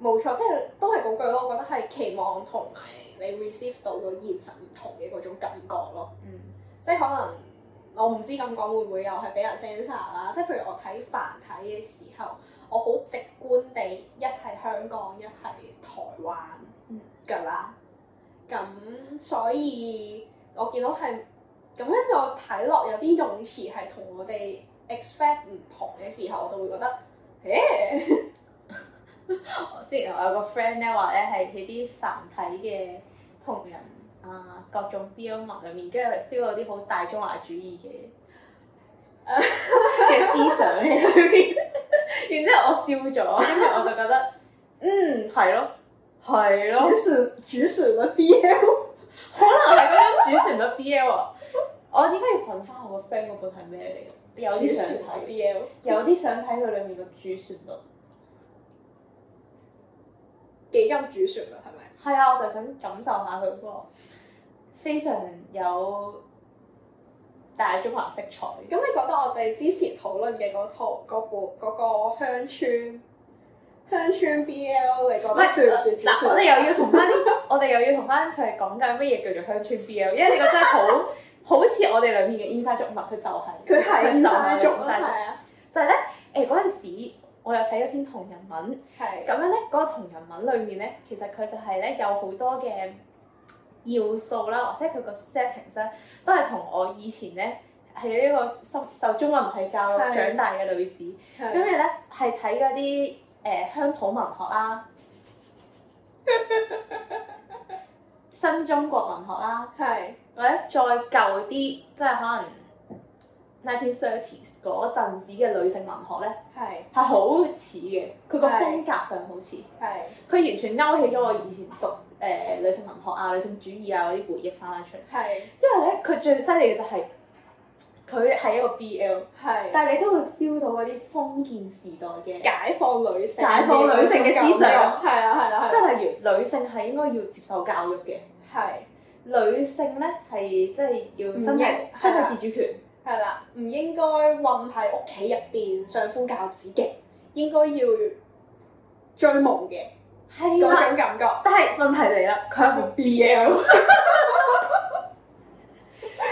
Speaker 2: 冇錯，即係都係嗰句咯。我覺得係期望同埋你 receive 到個現實唔同嘅嗰種感覺咯。
Speaker 3: 嗯。
Speaker 2: 即係可能我唔知咁講會唔會又係俾人 censor 啦。即係譬如我睇繁體嘅時候，我好直觀地一係香港，一係台灣
Speaker 3: 嗯
Speaker 2: 㗎啦。咁、所以我見到係咁，跟住我睇落有啲用詞係同我哋 expect 唔同嘅時候，我就會覺得，誒。
Speaker 3: 之啊前我有個 friend 咧話咧係喺啲繁體嘅同人啊各種 BL 文裏面，跟住 feel 到啲好大中華主義嘅 嘅思想喺裏面， 然之後我笑咗，跟住我就覺得嗯係咯係咯，
Speaker 2: 旋主旋律 BL，
Speaker 3: 可能係嗰種主旋律 BL 啊！我應該要問翻我個 friend 嗰本係咩嚟嘅，有啲想睇，
Speaker 2: BL，
Speaker 3: 有啲想睇佢裏面嘅主旋律。
Speaker 2: 幾音主旋律係咪？
Speaker 3: 係啊，我就想感受下佢嗰個非常有大中華色彩
Speaker 2: 咁你覺得我哋之前討論嘅嗰套嗰部嗰個鄉村鄉村 BL，你覺得算唔算主
Speaker 3: 呃嗱，
Speaker 2: 旋
Speaker 3: 我
Speaker 2: 律？
Speaker 3: 哋又要同翻啲， 我哋又要同翻佢講緊乜嘢叫做鄉村 BL，因為呢個真係好 好似我哋裏面嘅 inside joke 佢就係
Speaker 2: 佢係晒族
Speaker 3: inside
Speaker 2: 啦，
Speaker 3: joke
Speaker 2: 係啊，
Speaker 3: 就係咧誒嗰陣時，我有睇一篇同人文。
Speaker 2: 係
Speaker 3: 咁樣咧，嗰、個同人文裏面咧，其實佢就係咧有好多嘅要素啦，或者佢個 settings 咧，都係同我以前咧係呢個受受中文系教育
Speaker 2: 係
Speaker 3: 長大嘅女子，跟住
Speaker 2: 係
Speaker 3: 咧係睇嗰啲誒鄉土文學啦、新中國文學啦，
Speaker 2: 係
Speaker 3: 或者再舊啲，即係可能 nineteen thirties 嗰陣時嘅女性文學咧，
Speaker 2: 係
Speaker 3: 係好似嘅，佢個
Speaker 2: 係
Speaker 3: 風格上好似。
Speaker 2: 係
Speaker 3: 佢完全勾起咗我以前讀誒、呃女性文學啊、女性主義啊嗰啲回憶翻翻出嚟。
Speaker 2: 係
Speaker 3: 因為咧，佢最犀利嘅就係佢係一個 BL，
Speaker 2: 係
Speaker 3: 但係你都會 feel 到嗰啲封建時代嘅，即
Speaker 2: 解放女性，
Speaker 3: 解放女性嘅思想
Speaker 2: 係啊係啦係啦，
Speaker 3: 係例如女性係應該要接受教育嘅，
Speaker 2: 係
Speaker 3: 女性咧係即係要
Speaker 2: 唔
Speaker 3: 身體
Speaker 2: 應
Speaker 3: 身
Speaker 2: 係啊
Speaker 3: 體自主權，
Speaker 2: 係啦，唔應該困喺屋企入邊相夫教子嘅，應該要追夢嘅。
Speaker 3: 係
Speaker 2: 嗰
Speaker 3: 啦。
Speaker 2: 種感覺。
Speaker 3: 啊但係問題嚟啦，佢係一本
Speaker 2: BL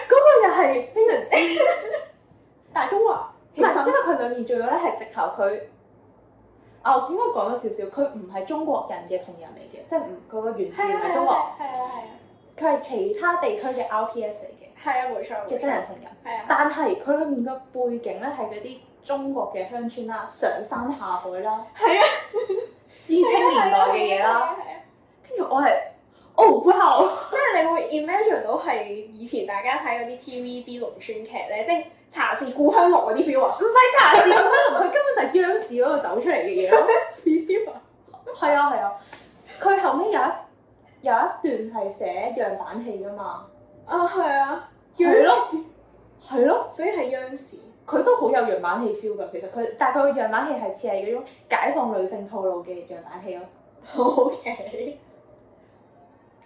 Speaker 3: 嗰個又係非常之
Speaker 2: 大中華
Speaker 3: 唔係，因為佢裡面仲有咧係直頭佢啊，我應該講咗少少，佢唔係中國人嘅同人嚟嘅，即係唔佢個原住唔係中國，，
Speaker 2: 係啊係啊
Speaker 3: 佢係其他地區嘅 RPS 嚟嘅
Speaker 2: 係啊，冇錯
Speaker 3: 嘅真人，同人，
Speaker 2: 係啊，
Speaker 3: 但係佢裡面嘅背景咧係嗰啲中國嘅鄉村啦、上山下海啦、
Speaker 2: 係啊，啊
Speaker 3: 知青年代嘅嘢啦，，跟住我係哦哇，
Speaker 2: 即係你會 imagine 到係以前大家睇嗰啲 TVB 農村劇咧，即係茶是故鄉濃嗰啲 feel 啊，
Speaker 3: 唔係茶事，可能佢根本就係央視嗰度走出嚟嘅嘢咯。
Speaker 2: 是 feel 啊，
Speaker 3: 係啊係啊，佢後尾有一有一段係寫樣板戲噶嘛，
Speaker 2: 啊係啊，
Speaker 3: 係
Speaker 2: 央
Speaker 3: 咯係咯，
Speaker 2: 所以係央 視，
Speaker 3: 佢都好有樣板戲 feel 噶。其實佢，但係佢嘅樣板戲係似係嗰種解放女性套路嘅樣板戲咯。
Speaker 2: OK，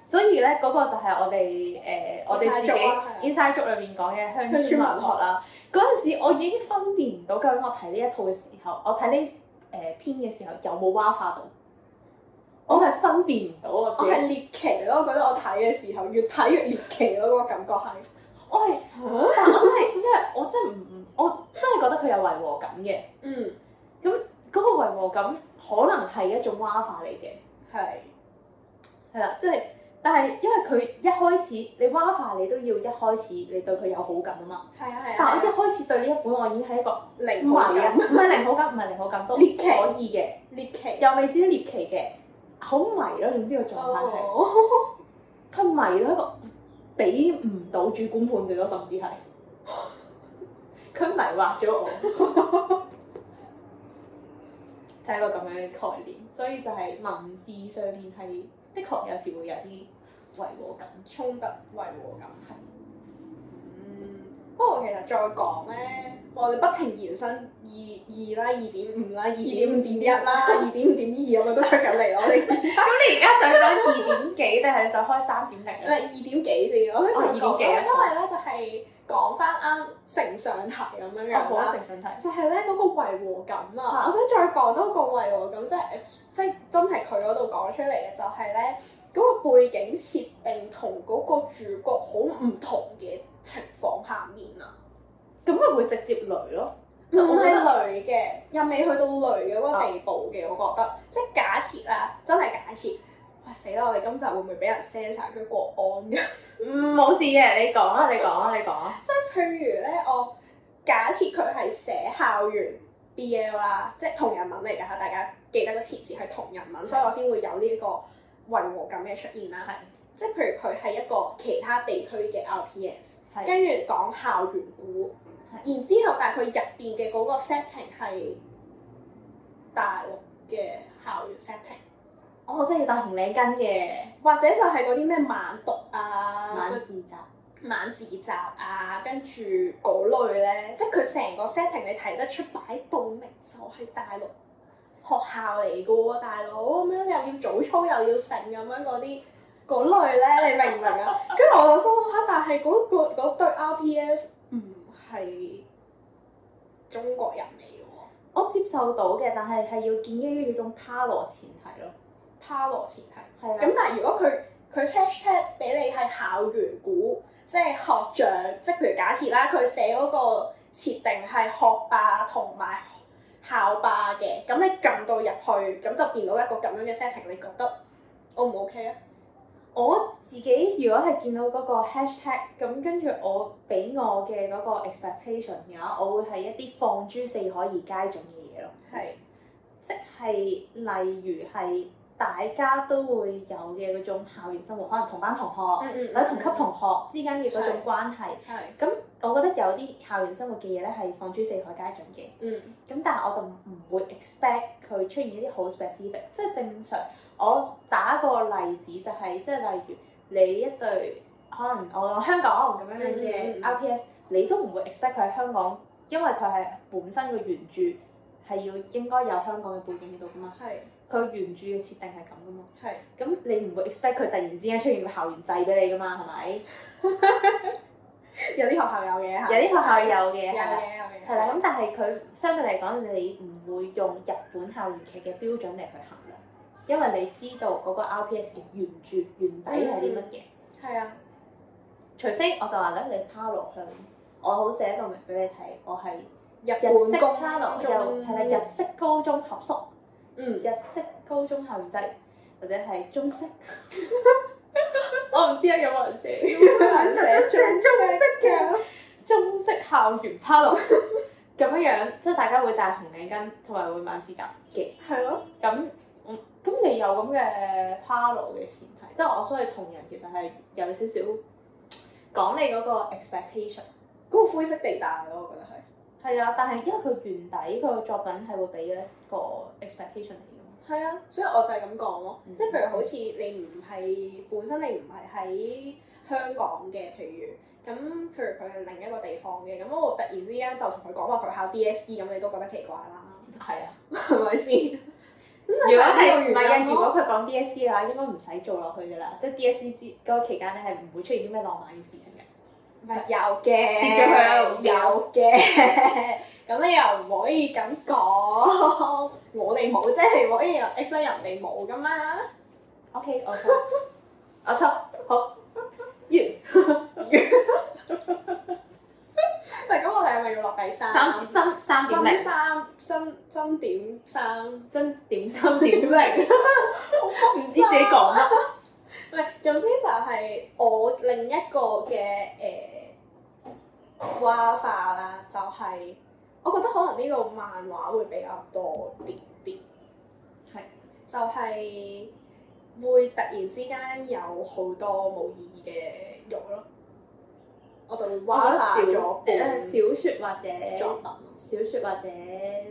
Speaker 3: 所以咧，嗰、個就係我哋誒、呃我哋自
Speaker 2: Inside joke 啦
Speaker 3: 己 Inside Joke 裏面講嘅啊鄉村文
Speaker 2: 鄉村文
Speaker 3: 學啦。嗰陣時我已經分辨唔到究竟我睇呢一套嘅時候，我睇呢誒篇嘅時候有冇蛙化到，我係分分辨唔到我
Speaker 2: 我
Speaker 3: 自己
Speaker 2: 係獵奇咯，我覺得我睇嘅時候越睇越獵奇咯，嗰個感覺係。
Speaker 3: 我哦係，但我真係，因為我真係唔，我真係覺得佢有違和感嘅。
Speaker 2: 嗯，
Speaker 3: 嗰、個違和感可能係一種蛙化嚟嘅，
Speaker 2: 係。
Speaker 3: 係啦，即係，但係因為佢一開始你蛙化，你都要一開始你對佢有好感啊嘛。
Speaker 2: 係啊係啊。
Speaker 3: 但係我一開始對呢一本我已經係一個唔
Speaker 2: 零好
Speaker 3: 係啊，
Speaker 2: 感
Speaker 3: 唔係零好感，唔係零好感都可
Speaker 2: 獵奇
Speaker 3: 以嘅，
Speaker 2: 獵奇。
Speaker 3: 又未至於獵奇嘅，好迷咯。總之個狀態係，
Speaker 2: 哦，
Speaker 3: 佢迷到一個俾唔到主觀判斷咯，甚至係 佢迷惑咗我， 就係一個咁樣嘅概念。所以就係文字上面係的確有時會有啲違和感。
Speaker 2: 衝突違和感係。嗯，不過其實再講咧，我哋不停延伸二二啦、二點五啦、二點五點一啦、二點五點二咁樣都出緊嚟咯，我 哋。
Speaker 3: 咁你而家想講二點幾定係你想開三點
Speaker 2: 唔
Speaker 3: 零啊
Speaker 2: 係 二點幾先，我都
Speaker 3: 哦
Speaker 2: 想講
Speaker 3: 二點幾啊
Speaker 2: 因為咧就係講翻啱成上題咁樣樣啦，
Speaker 3: 誠信題。
Speaker 2: 就係咧嗰個違和感啊！
Speaker 3: 啊
Speaker 2: 我想再講多個違和感，即係即係真係佢嗰度講出嚟嘅，就係咧嗰個背景設定同嗰個主角好唔同嘅情況下面啊，
Speaker 3: 咁咪會直接雷咯。
Speaker 2: 就
Speaker 3: 嗯
Speaker 2: 我係累嘅，又未去到累嘅嗰個地步嘅，我覺得即係假設啦，真係假設，哇死啦！我哋今集會唔會俾人 censor 佢國安㗎？
Speaker 3: 嗯，冇事嘅，你講啊，你講啊，你講啊。
Speaker 2: 譬如咧，我假設佢係寫校園 BL 啦，即係同人文嚟㗎，大家記得個設置係同人文，所以我先會有呢一個違和感嘅出現啦。
Speaker 3: 係
Speaker 2: 即係譬如佢係一個其他地區嘅 RPS，
Speaker 3: 係
Speaker 2: 跟住講校園故，
Speaker 3: 係
Speaker 2: 然之後但係佢入邊嘅嗰個 setting 係大陸嘅校園 setting，
Speaker 3: 我真係要戴紅領巾嘅
Speaker 2: 或者就係嗰啲咩晚讀啊、
Speaker 3: 晚自習。
Speaker 2: 晚自習啊，跟住嗰類咧，即係佢成個 setting 你睇得出擺到明就係大陸學校嚟嘅喎，大佬咁樣又要早操又要成咁樣嗰啲嗰類咧，你明唔明啊？跟住我就心諗嚇，但係嗰、個嗰對 RPS 唔係中國人嚟嘅喎，
Speaker 3: 我接受到嘅，但係係要建基於呢種趴羅前提咯。
Speaker 2: 趴羅前提。
Speaker 3: 係啊
Speaker 2: 咁但係如果佢佢 hashtag 俾你係校園股，即係學長，即係譬如假設啦，佢寫嗰個設定係學霸同埋校霸嘅，咁你撳到入去，咁就變到一個咁樣嘅 setting，你覺得 O 唔 OK 啊？
Speaker 3: 我自己如果係見到嗰個 hashtag，咁跟住我俾我嘅嗰個 expectation 嘅話，我會係一啲放諸四海而皆準嘅嘢咯。
Speaker 2: 係
Speaker 3: 即係例如係大家都會有嘅嗰種校園生活，可能同班同學
Speaker 2: 嗯嗯
Speaker 3: 或者同級同學之間嘅嗰種
Speaker 2: 係
Speaker 3: 關係。
Speaker 2: 係
Speaker 3: 咁我覺得有啲校園生活嘅嘢咧係放諸四海皆準嘅，
Speaker 2: 嗯
Speaker 3: 咁但係我就唔會 expect 佢出現一啲好 specific，即係正常。我打個例子就係、即係例如你一對可能我講香港咁樣樣
Speaker 2: 嗯嗯嗯
Speaker 3: 嘅 RPS，你都唔會 expect 佢喺香港，因為佢係本身個原著係要應該有香港嘅背景喺度噶嘛，
Speaker 2: 係
Speaker 3: 佢原著嘅設定係咁噶嘛。
Speaker 2: 係
Speaker 3: 咁你唔會 expect 佢突然之間出現個校園制俾你噶嘛，係咪？
Speaker 2: 有啲學校有嘅
Speaker 3: 有啲學校有嘅，
Speaker 2: 有嘅
Speaker 3: 係啦。
Speaker 2: 有嘅
Speaker 3: 係啦，啊咁但係佢相對嚟講，你唔會用日本校園劇嘅標準嚟去衡量，因為你知道嗰個 RPS 嘅原著原底係啲乜嘢。
Speaker 2: 係啊
Speaker 3: 除非我就話咧，你拋落去，我好寫到明俾你睇，我係
Speaker 2: 日
Speaker 3: 日
Speaker 2: 本
Speaker 3: 式
Speaker 2: 高
Speaker 3: 拋落
Speaker 2: 中
Speaker 3: 又係啦，日式高中合宿，
Speaker 2: 嗯
Speaker 3: 日式高中校園制，或者係中式。 我唔知啊，有冇人寫
Speaker 2: 難寫中式嘅
Speaker 3: 中式校園拋落咁樣樣，即係大家會戴紅領巾同埋會晚指甲嘅。
Speaker 2: 係咯
Speaker 3: 咁我咁你有咁嘅 parallel 嘅前提，即係我所謂同人其實係有少少講你嗰個 expectation。
Speaker 2: 嗰個灰色地帶咯，我覺得係。
Speaker 3: 係啊，但係因為佢原底佢個作品係會俾一個 expectation 嚟㗎嘛。
Speaker 2: 係啊，所以我就係咁講咯，
Speaker 3: 嗯
Speaker 2: 即係譬如好似你唔係本身你唔係喺香港嘅，譬如咁，譬如佢係另一個地方嘅，咁我突然之間就同佢講話佢考 DSE，咁你都覺得奇怪啦，
Speaker 3: 係啊，
Speaker 2: 係咪先？如
Speaker 3: 如果係唔係啊？如果佢講 DSE 嘅話，應該唔使做落去㗎啦。即係 DSE 之嗰個期間咧，係唔會出現啲咩浪漫嘅事 情嘅。
Speaker 2: 唔係有嘅，
Speaker 3: 接咗佢啦
Speaker 2: 有嘅， 咁你又唔可以咁講，我哋冇啫，你唔可以 expect 人哋冇噶嘛，
Speaker 3: OK，我錯， 我錯，好完
Speaker 2: 喂，咁我哋係咪要落第三？
Speaker 3: 三真三點
Speaker 2: 真
Speaker 3: 零，
Speaker 2: 啊三真真點三。
Speaker 3: 真點三點零，唔知自己講乜。
Speaker 2: 唔係，總之就係我另一個嘅誒蛙化啦，就係、我覺得可能呢個漫畫會比較多啲啲，
Speaker 3: 係
Speaker 2: 就係會突然之間有好多冇意義嘅肉咯，我就會蛙化
Speaker 3: 我覺
Speaker 2: 咗
Speaker 3: 得
Speaker 2: 半
Speaker 3: 小誒小説或
Speaker 2: 作
Speaker 3: 者
Speaker 2: 品。
Speaker 3: 小説或者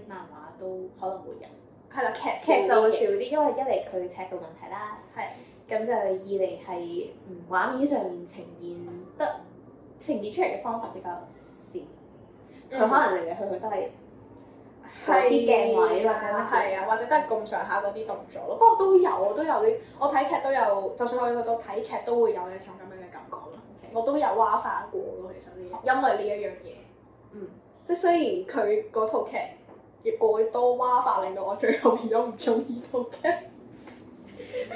Speaker 3: 漫畫都可能會有，
Speaker 2: 係啦，劇
Speaker 3: 劇就
Speaker 2: 會
Speaker 3: 會少啲，因為一嚟佢尺度問題啦。
Speaker 2: 係
Speaker 3: 咁就二嚟係嗯畫面上面呈現得呈現出嚟嘅方法比較少，佢、
Speaker 2: 嗯
Speaker 3: 可能嚟嚟去去都係
Speaker 2: 係
Speaker 3: 嗰啲鏡位或者乜嘢
Speaker 2: 係啊，或者都係咁上下嗰啲動作咯。不過都有，我都有啲，我睇劇都有，就算我去到睇劇都會有一種咁樣嘅感覺咯。我都有蛙化過咯，其實呢，因為呢一樣嘢，
Speaker 3: 嗯
Speaker 2: 即係雖然佢嗰套劇亦過多蛙化，令到我最後變咗唔中意套劇。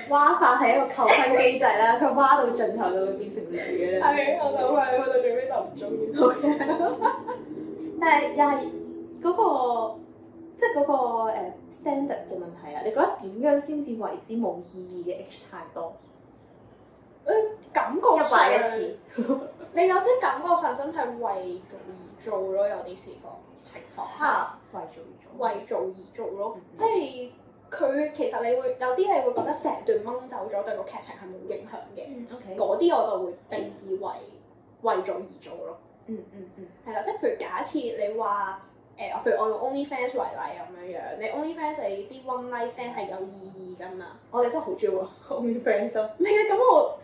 Speaker 3: 蛙化係一個扣分機制啦，佢蛙到盡頭就會變成女嘅啦。
Speaker 2: 係，啊我就係去到最尾就唔中意套劇。
Speaker 3: 但係又係嗰個即係嗰個誒 standard 嘅問題啊！你覺得點樣先至為之冇意義嘅 H 太多？
Speaker 2: 感
Speaker 3: 一
Speaker 2: 覺上
Speaker 3: 畫一 次，
Speaker 2: 你有啲感覺上真係為做而做咯，有啲時況情況下。
Speaker 3: 為做而做。
Speaker 2: 為做而做咯，
Speaker 3: 嗯
Speaker 2: 即係佢其實你會有啲你會覺得成段掹走咗對個劇情係冇影響嘅，
Speaker 3: 嗯 OK。
Speaker 2: 嗰啲我就會定義為為做而做咯，
Speaker 3: 嗯嗯嗯。
Speaker 2: 係啦，即係譬如假設你話誒、譬如我用 OnlyFans 為例咁樣樣，你 OnlyFans 你啲 one night stand 係有意義㗎嘛？
Speaker 3: 我哋真係好中意喎 o n l friends 咯。
Speaker 2: 唔係啊，咁我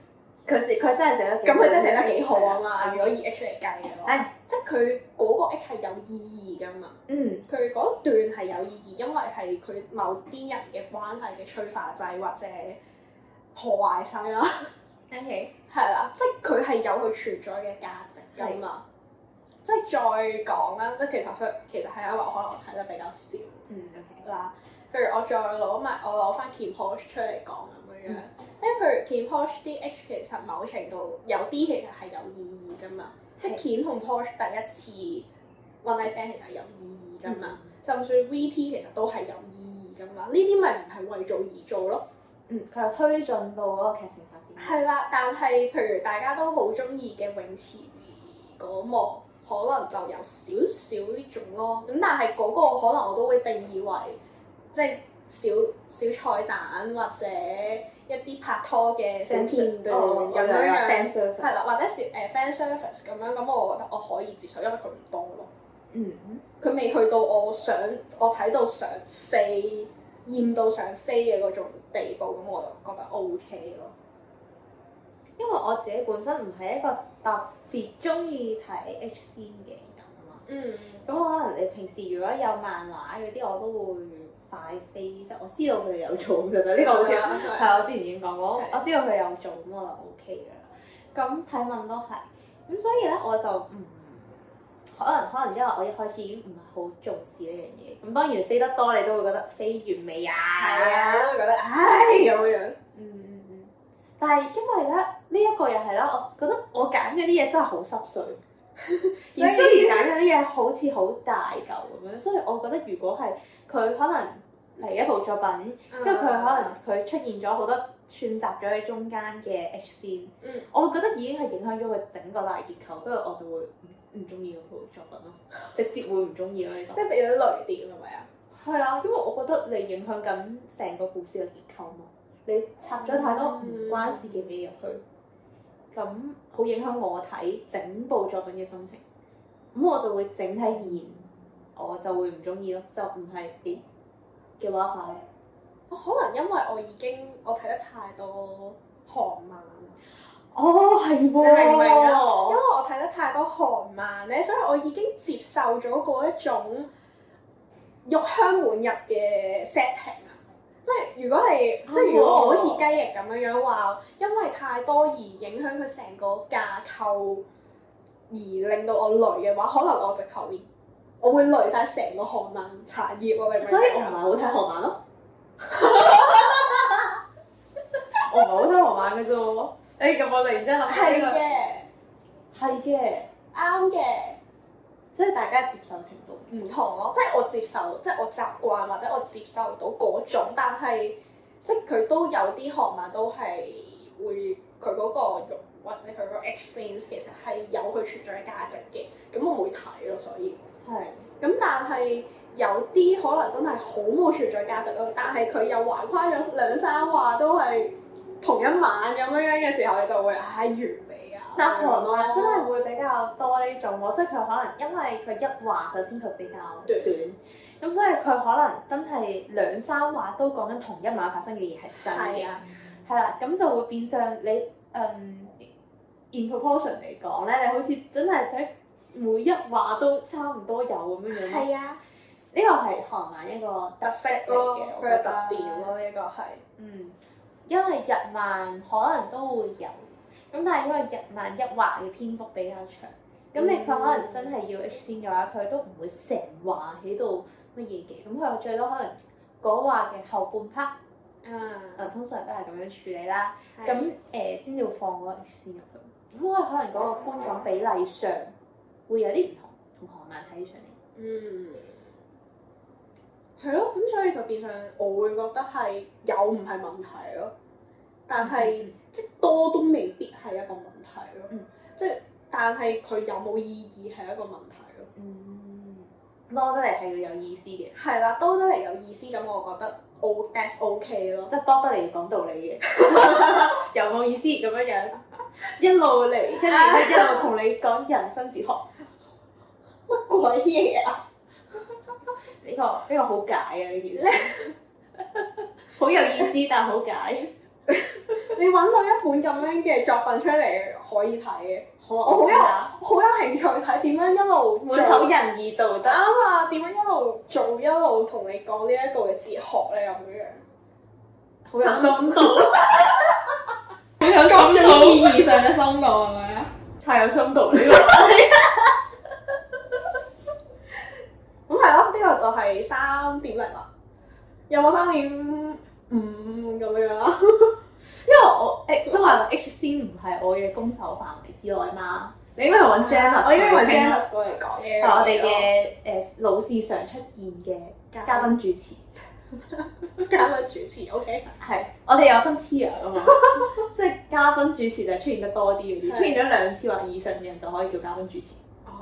Speaker 3: 佢佢真係寫得幾
Speaker 2: 咁
Speaker 3: 好
Speaker 2: 佢真係寫得幾好啊嘛！
Speaker 3: 係
Speaker 2: 如果以 H 嚟計嘅
Speaker 3: 係
Speaker 2: 話，即係佢嗰個 H 係有意義㗎嘛？
Speaker 3: 嗯
Speaker 2: 佢嗰段係有意義，因為係佢某啲人嘅關係嘅催化劑或者破壞劑啦，
Speaker 3: ，OK，
Speaker 2: 係啦，即係佢係有佢存在嘅價值㗎嘛。即係再講啦，即係其實佢其實係因為我可能睇得比較少
Speaker 3: 嗯 OK，
Speaker 2: 啦。譬如我再攞埋我攞翻 Kim Posh 出嚟講咁樣樣，即係譬如 Kim Posh 啲 H 其實某程度有啲其實係有意義㗎嘛。即係 Kim 同 Posh 第一次 One Night Stand 其實係有意義㗎嘛。
Speaker 3: 嗯
Speaker 2: 甚至 VP 其實都係有意義噶嘛，呢啲咪唔係為做而做咯。
Speaker 3: 嗯，佢又推進到嗰個劇情發展，
Speaker 2: 係啦，但係譬如大家都好中意嘅泳池嗰幕，可能就有少少呢種咯。咁但係嗰個可能我都會定義為即係小小彩蛋或者一啲拍拖嘅小片段
Speaker 3: 哦
Speaker 2: 咁
Speaker 3: 我有
Speaker 2: 樣樣。
Speaker 3: fan service，
Speaker 2: 係啦，，或者小誒 fan service 咁樣，咁我覺得我可以接受，因為佢唔多咯。
Speaker 3: 嗯，
Speaker 2: 佢未去到我想我睇到想飛厭到想飛嘅嗰種地步，咁我就覺得 O K 咯。
Speaker 3: 因為我自己本身唔係一個特別中意睇 H 先嘅人啊嘛，
Speaker 2: 嗯，
Speaker 3: 咁可能你平時如果有漫畫嗰啲，我都會快飛，即係我知道佢哋有做就得，呢
Speaker 2: 啊
Speaker 3: 個好似係啊我之前已經講過，我
Speaker 2: 係
Speaker 3: 我知道佢有做，咁我就 O K 噶啦。咁睇問都係，咁所以咧我就唔可能可能因為我一開始已經唔係好重視呢樣嘢，咁當然飛得多你都會覺得飛完美啊，
Speaker 2: 係啊，都會覺得唉咁樣。
Speaker 3: 嗯嗯嗯。但係因為咧呢一個又係啦，我覺得我揀嗰啲嘢真係好 濕碎，
Speaker 2: 所以
Speaker 3: 而雖然揀嗰啲嘢好似好大嚿咁樣，所以我覺得如果係佢可能嚟一部作品。
Speaker 2: 跟
Speaker 3: 跟住佢可能佢出現咗好多串雜咗喺中間嘅 H 線，
Speaker 2: 嗯
Speaker 3: 我會覺得已經係影響咗佢整個大結構，跟住我就會唔唔中意嗰套作品咯，直接會唔中意咯呢
Speaker 2: 即係俾咗雷電係咪啊？
Speaker 3: 個。係啊，因為我覺得你影響緊成個故事嘅結構嘛，你插咗太多唔關事嘅嘢入去，咁好影響我睇整部作品嘅心情，咁我就會整體而言我就會唔中意咯，就唔係咦嘅話法咯。
Speaker 2: 我可能因為我已經我睇得太多韓漫啦，
Speaker 3: 哦，係喎，你明
Speaker 2: 明唔明啊因
Speaker 3: 啊
Speaker 2: 為我睇得太多韓漫咧，所以我已經接受咗嗰一種肉香滿入嘅 setting 啊！即係如果係，即係如果我好似雞翼咁樣樣話，因為太多而影響佢成個架構，而令到我累嘅話，可能我直頭連我會累晒成個韓漫產業喎，你明唔明啊
Speaker 3: 所以我唔係好睇韓漫咯。我嘅啫喎。誒咁我突然之間諗起呢個，係嘅，
Speaker 2: 啱嘅。
Speaker 3: 所以大家接受程度
Speaker 2: 唔同咯，即係我接受，即係我習慣或者我接受到嗰種，但係即係佢都有啲韓漫都係會佢嗰個肉或者佢個 H scenes 其實係有佢存在嘅價值嘅，咁我會睇咯，所以
Speaker 3: 係
Speaker 2: 咁但係有啲可能真係好冇存在價值咯，但係佢又橫跨咗兩三話都係同一晚咁樣樣嘅時候，你就會唉、完美啊！
Speaker 3: 但韓漫真係會比較多呢種喎，即係佢可能因為佢一話首先佢比較
Speaker 2: 對
Speaker 3: 短，咁所以佢可能真係兩三話都講緊同一晚發生嘅嘢係真
Speaker 2: 係
Speaker 3: 嘅，
Speaker 2: 啊，
Speaker 3: 係啦，咁就會變相你嗯 in proportion 嚟講咧，你好似真係睇每一話都差唔多有咁樣樣咯。
Speaker 2: 係啊，
Speaker 3: 呢個係韓漫一個
Speaker 2: 特色
Speaker 3: 嚟
Speaker 2: 咯
Speaker 3: 嘅，
Speaker 2: 佢嘅
Speaker 3: 我覺得
Speaker 2: 特點咯，呢個係。
Speaker 3: 嗯，因為日漫可能都會有，咁但係因為日漫一畫嘅篇幅比較長，咁你
Speaker 2: 嗯
Speaker 3: 佢可能真係要 H 先嘅話，佢都唔會成畫喺度乜嘢嘅，咁佢最多可能嗰畫嘅後半 part，
Speaker 2: 啊
Speaker 3: 誒通常都係咁樣處理啦，咁
Speaker 2: 咁
Speaker 3: 誒先至會放嗰個 H 先入去，咁我可能嗰個觀感比例上會有啲唔同，同韓漫睇起上嚟。
Speaker 2: 嗯，係咯，咁所以就變相我會覺得係有唔係問題咯，但係、即多都未必係一個問題咯，
Speaker 3: 嗯
Speaker 2: 即係但係佢有冇意義係一個問題咯。
Speaker 3: 嗯，多得嚟係要有意思嘅，
Speaker 2: 係啦，多得嚟有意思咁，我覺得 O that's OK 咯。
Speaker 3: 即係多得嚟要講道理嘅， 有冇意思咁樣樣，一路嚟，跟住一路同你講人生哲學，
Speaker 2: 乜鬼嘢啊？
Speaker 3: 呢、個呢、個好解啊呢件 事，好有意思但好解，
Speaker 2: 你揾到一本咁樣嘅作品出嚟可以睇嘅，
Speaker 3: 好
Speaker 2: 我好
Speaker 3: 我
Speaker 2: 有
Speaker 3: 知啦，
Speaker 2: 好有興趣睇點樣一路
Speaker 3: 滿
Speaker 2: 做
Speaker 3: 口仁義道德，
Speaker 2: 啱啊！點樣一路做一路同你講呢一個嘅哲學咧咁樣樣，
Speaker 3: 好有深度， 好有
Speaker 2: 各
Speaker 3: 深
Speaker 2: 種
Speaker 3: 度，
Speaker 2: 意義上嘅深度係咪啊？
Speaker 3: 太有深度呢個，
Speaker 2: 咁係咯，呢個就係三點零啦。有冇三點五咁樣啊啦？
Speaker 3: 因為我誒都話 H C 唔係我嘅攻守範圍之內嘛，你應該係揾 Janice，
Speaker 2: 我應該揾
Speaker 3: 傾啦
Speaker 2: Janice 過嚟講嘅。
Speaker 3: 係啊我哋嘅誒老是常出現嘅啊嘉賓主持，
Speaker 2: 嘅嘉賓主持，OK。
Speaker 3: 係我哋有分 tier 噶 嘛，啊即係嘉賓主持就係出現得多啲嗰啲，
Speaker 2: 係
Speaker 3: 出現咗兩次或以上嘅人就可以叫嘉賓主持。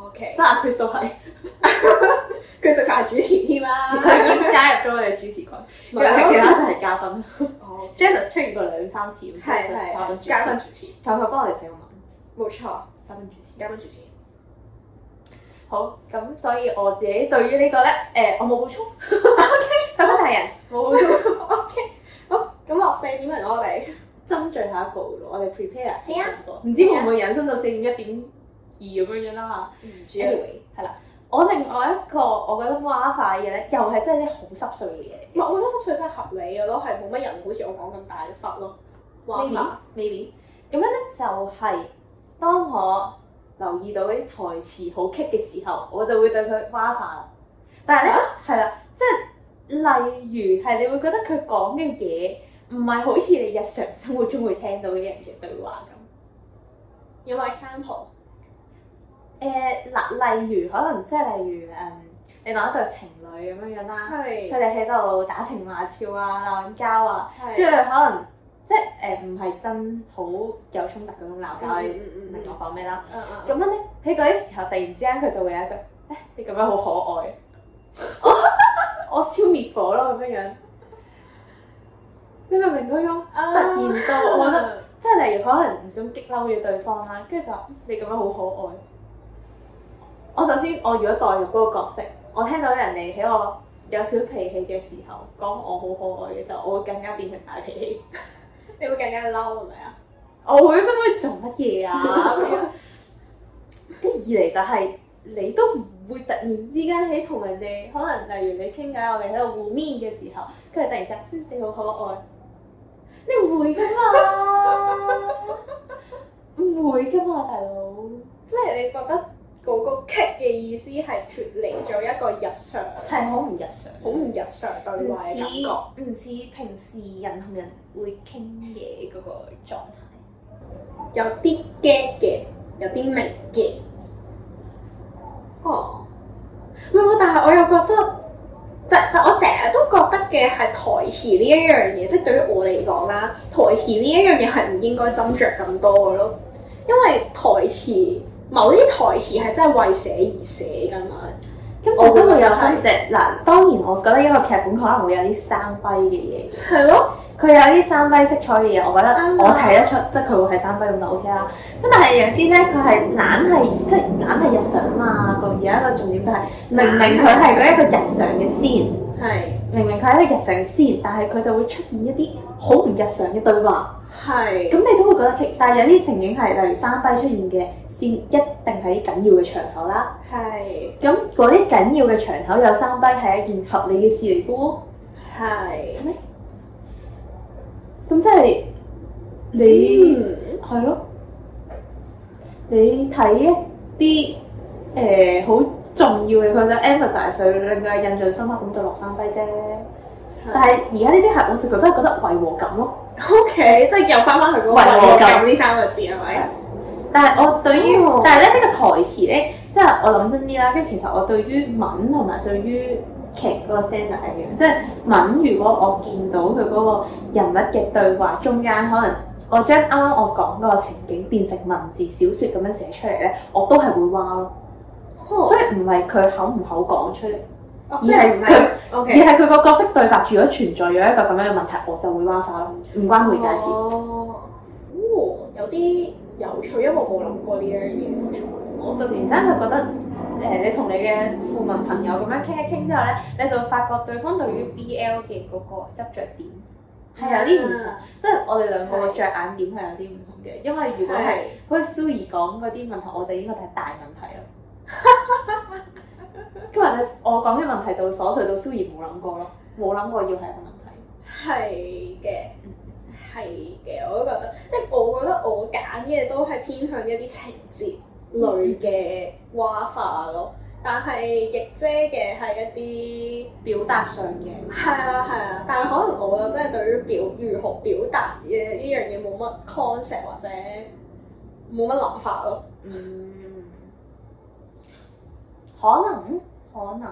Speaker 2: OK，
Speaker 3: 所以阿 Chris 都 係，
Speaker 2: 佢直頭係主持添啦。
Speaker 3: 佢 已經加入咗我哋主持群，因為其他就係嘉賓。
Speaker 2: 哦，
Speaker 3: Janice 出現過兩三次，咁所以
Speaker 2: 係
Speaker 3: 就
Speaker 2: 係
Speaker 3: 係
Speaker 2: 嘉
Speaker 3: 嘉
Speaker 2: 賓
Speaker 3: 賓主持。
Speaker 2: 主持，
Speaker 3: 求佢幫我哋寫個文，
Speaker 2: 冇錯，
Speaker 3: 嘉賓主持。
Speaker 2: 嘉賓主持。
Speaker 3: 好，咁所以我自己對於呢個咧，誒我冇補 充。睇翻大人冇補充。
Speaker 2: OK，好，咁落四點零我哋。
Speaker 3: 爭最後一個咯，我哋 prepare
Speaker 2: 係啊
Speaker 3: 個，唔知會唔會引申到四點一點二咁樣樣啦
Speaker 2: 唔
Speaker 3: 嚇。anyway 係啦，我另外一個我覺得蛙化嘅嘢咧，又係真係啲好濕碎嘅嘢嚟
Speaker 2: 唔係，我覺得濕水真係合理嘅咯，係冇乜人好似我講咁大忽咯。話
Speaker 3: 嘅。
Speaker 2: 法
Speaker 3: maybe maybe 咁樣咧就係、當我留意到嗰啲台詞好棘嘅時候，我就會對佢蛙化啦。但係咧係啦，即係例如係你會覺得佢講嘅嘢唔係好似你日常生活中會聽到嘅人嘅對話咁。
Speaker 2: 有冇 example？
Speaker 3: 誒呃嗱，例如可能即係例如誒、嗯你當一對情侶咁樣樣啦，
Speaker 2: 係
Speaker 3: 佢哋喺度打情罵俏啊、鬧緊交啊，跟住
Speaker 2: 係。
Speaker 3: 可能即係誒唔係真好有衝突嗰種鬧交，你
Speaker 2: 嗯
Speaker 3: 明我講咩啦？咁
Speaker 2: 咁
Speaker 3: 樣咧喺嗰啲時候，突然之間佢就會有一句誒你咁樣好可愛， 我我超滅火咯咁樣樣，你明唔明嗰種？
Speaker 2: 突
Speaker 3: 突然到我覺得
Speaker 2: 啊
Speaker 3: 即係例如可能唔想激嬲咗對方啦，跟住就話嗯你咁樣好可愛。我首先我如果代入嗰個角色，我聽到人哋喺我有少脾氣嘅時候講我好可愛嘅時候，我會更加變成大脾氣。
Speaker 2: 你會更加嬲係咪啊？
Speaker 3: 哦我會心諗做乜嘢啊？咁樣跟住二嚟就係、你都唔會突然之間喺同人哋可能例如你傾偈，我哋喺度互面嘅時候，跟住突然之間嗯你好可愛，你唔會噶 嘛？唔會噶嘛，大佬。
Speaker 2: 即係你覺得嗰個 cut 嘅意思係脱離咗一個日常，
Speaker 3: 係好唔日常，
Speaker 2: 好唔日常對
Speaker 3: 唔
Speaker 2: 話嘅感覺。
Speaker 3: 似唔似平時人同人會傾嘢嗰個狀態。
Speaker 2: 有啲 get 嘅，有啲明嘅。哦，唔係喎，但係我又覺得，但但我成日都覺得嘅係台詞呢一樣嘢，即係對於我嚟講啦，台詞呢一樣嘢係唔應該斟酌咁多嘅咯，因為台詞某啲台詞係真係為寫而寫㗎嘛。
Speaker 3: 咁
Speaker 2: 我
Speaker 3: 我
Speaker 2: 會
Speaker 3: 都會
Speaker 2: 覺
Speaker 3: 有
Speaker 2: 得係
Speaker 3: 分析。嗱，當然我覺得一個劇本可能會有啲生輝嘅嘢嘅，
Speaker 2: 係咯，
Speaker 3: 佢有啲生輝色彩嘅嘢，我覺得
Speaker 2: 啱啊
Speaker 3: 我睇得出，即係佢會係生輝咁就 O K 啦。咁但係有啲咧，佢係懶係即係懶係日常嘛。個而家個重點就係、明明佢係嗰一個日常嘅先，
Speaker 2: 係
Speaker 3: 明明佢係一個日常嘅先，但係佢就會出現一啲好唔日常嘅對話。
Speaker 2: 係
Speaker 3: 咁你都會覺得棘，但係有啲情景係例如生輝出現嘅先，一定係啲緊要嘅場口啦。
Speaker 2: 係
Speaker 3: 咁嗰啲緊要嘅場口有生輝係一件合理嘅事嚟嘅喎，
Speaker 2: 係
Speaker 3: 係咪？咁即係你
Speaker 2: 嗯
Speaker 3: 係咯、你睇一啲誒好重要嘅，佢想 emphasize 佢，令到你印象深刻咁對落生輝啫。但係而家呢啲係我就覺得覺得違和感咯。
Speaker 2: O K，即係又翻翻去嗰個
Speaker 3: 違和
Speaker 2: 違和
Speaker 3: 感
Speaker 2: 感呢三個字係咪？
Speaker 3: 但係我對於，
Speaker 2: 哦
Speaker 3: 但係咧呢個台詞咧，即係我諗真啲啦。跟住其實我對於文同埋對於劇嗰個 standard 係一樣，即係文如果我見到佢嗰個人物嘅對話中間，可能我將啱啱我講嗰個情景變成文字小説咁樣寫出嚟咧，我都係會哇咯。
Speaker 2: 哦
Speaker 3: 所以唔係佢口唔口講出嚟，
Speaker 2: 哦
Speaker 3: 而係佢，
Speaker 2: O
Speaker 3: 而係佢個角色對白，如果存在咗一個咁樣嘅問題，我就會哇化咯，唔關佢而家事。
Speaker 2: 哦，哦有啲有趣，因為我冇諗過呢樣嘢。
Speaker 3: 我突然間就覺得，誒、你同你嘅富民朋友咁樣傾一傾之後咧，你就會發覺對方對於 BL 嘅嗰個執著點係啊有啲唔同，即係我哋兩個嘅着眼點係有啲唔同嘅。因為如果係
Speaker 2: 係
Speaker 3: 好似蕭怡講嗰啲問題，我就應該睇大問題咯。今日我講嘅問題就會瑣碎到蕭怡冇諗過咯，冇諗過要係一個問題。
Speaker 2: 係嘅。係嘅，我都覺得，即係我覺得我揀嘅都係偏向一啲情節類嘅蛙化咯，但係亦姐嘅係一啲
Speaker 3: 表達上嘅
Speaker 2: 係啦，係啦，但係可能我又真係對於表如何表達嘅呢樣嘢冇乜 concept 或者冇乜諗法咯。
Speaker 3: 嗯，可能可能。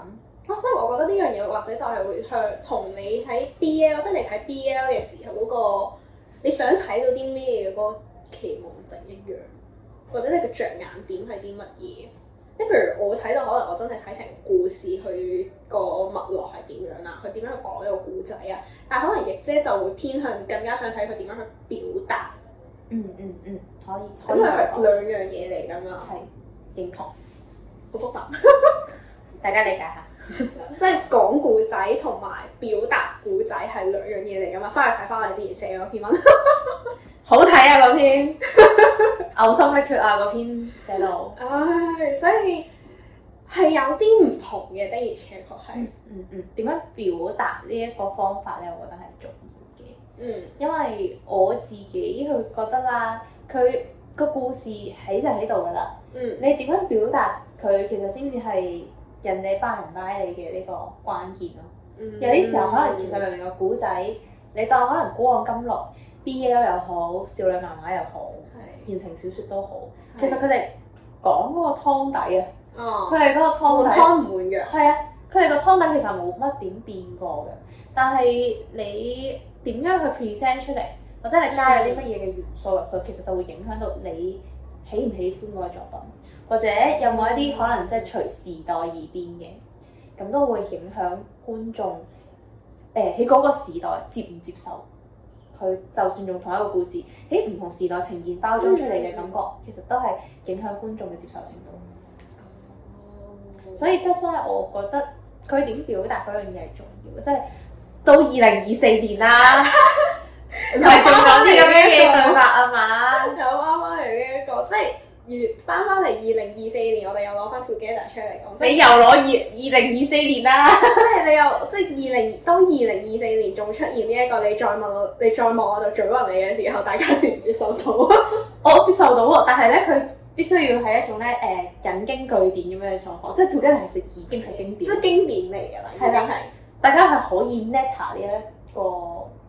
Speaker 2: 啊，即係我覺得呢樣嘢或者就係會向同你睇 BL，即係你睇 BL 嘅時候嗰、個你想睇到啲咩嘅嗰個期望值一樣，或者你嘅着眼點係啲乜嘢？即係譬如我睇到可能我真係睇成故事佢個脈絡係點樣啊啦，佢點樣去講一個故仔啊，但係可能亦姐就會偏向更加想睇佢點樣去表達。
Speaker 3: 嗯嗯嗯，可以。
Speaker 2: 咁
Speaker 3: 可以
Speaker 2: 佢係
Speaker 3: 講
Speaker 2: 兩樣嘢嚟㗎嘛，
Speaker 3: 係認同，
Speaker 2: 好複雜，啊
Speaker 3: 大家理解下。
Speaker 2: 即係講故仔同埋表達故仔係兩樣嘢嚟㗎嘛。翻去睇翻我哋之前寫嗰篇文，
Speaker 3: 好睇啊嗰篇，嘔心瀝血啊嗰篇寫到。
Speaker 2: 唉，所以係有啲唔同嘅，的而且確係
Speaker 3: 嗯，嗯嗯，點樣表達呢一個方法咧？我覺得係重要嘅，
Speaker 2: 嗯
Speaker 3: 因為我自己去覺得啦，佢個故事喺就喺度㗎啦。
Speaker 2: 嗯
Speaker 3: 你點樣表達佢，其實先至係人哋 buy 唔 buy 你嘅呢個關鍵咯。
Speaker 2: 嗯
Speaker 3: 有啲時候可能其實明明個古仔，你當可能古往今來 BL 又好，少女漫畫又好，
Speaker 2: 係
Speaker 3: 言情小説都好，其實佢哋講嗰個湯底啊，
Speaker 2: 哦
Speaker 3: 佢，哋嗰個
Speaker 2: 換
Speaker 3: 湯底
Speaker 2: 湯唔換藥，
Speaker 3: 係啊，佢哋個湯底其實冇乜點變過嘅，但係你點樣去 present 出嚟，或者你加咗啲乜嘢嘅元素入去，其實就會影響到你喜唔喜歡嗰個作品，或者有冇一啲可能即係隨時代而變嘅，咁都會影響觀眾誒喺嗰個時代接唔接受。佢就算用同一個故事，喺唔同時代呈現包裝出嚟嘅感覺，其實都係影響觀眾嘅接受程度。所以
Speaker 2: 哦
Speaker 3: that's why 我覺得佢點表達嗰樣嘢係重要嘅，即係到二零二四年 啦，唔係仲講啲咁樣嘅對白啊嘛？
Speaker 2: 有翻翻嚟呢一個，即係越翻翻嚟二零二四年，我哋又攞翻 Together 出嚟講，即係
Speaker 3: 你又攞二二零二四年 啦，
Speaker 2: 即係你又即係二零當二零二四年仲出現呢、一個，你再問我， 你再望我就嘴暈你嘅時候，大家接唔接受到？
Speaker 3: 我接受到喎，但係咧佢必須要係一種咧誒引經據典咁樣嘅狀況，即係 Together 其實已經係經
Speaker 2: 即
Speaker 3: 典，
Speaker 2: 係經典嚟㗎啦，已經
Speaker 3: 係啦
Speaker 2: 係。
Speaker 3: 大家係可以 netta 呢一個。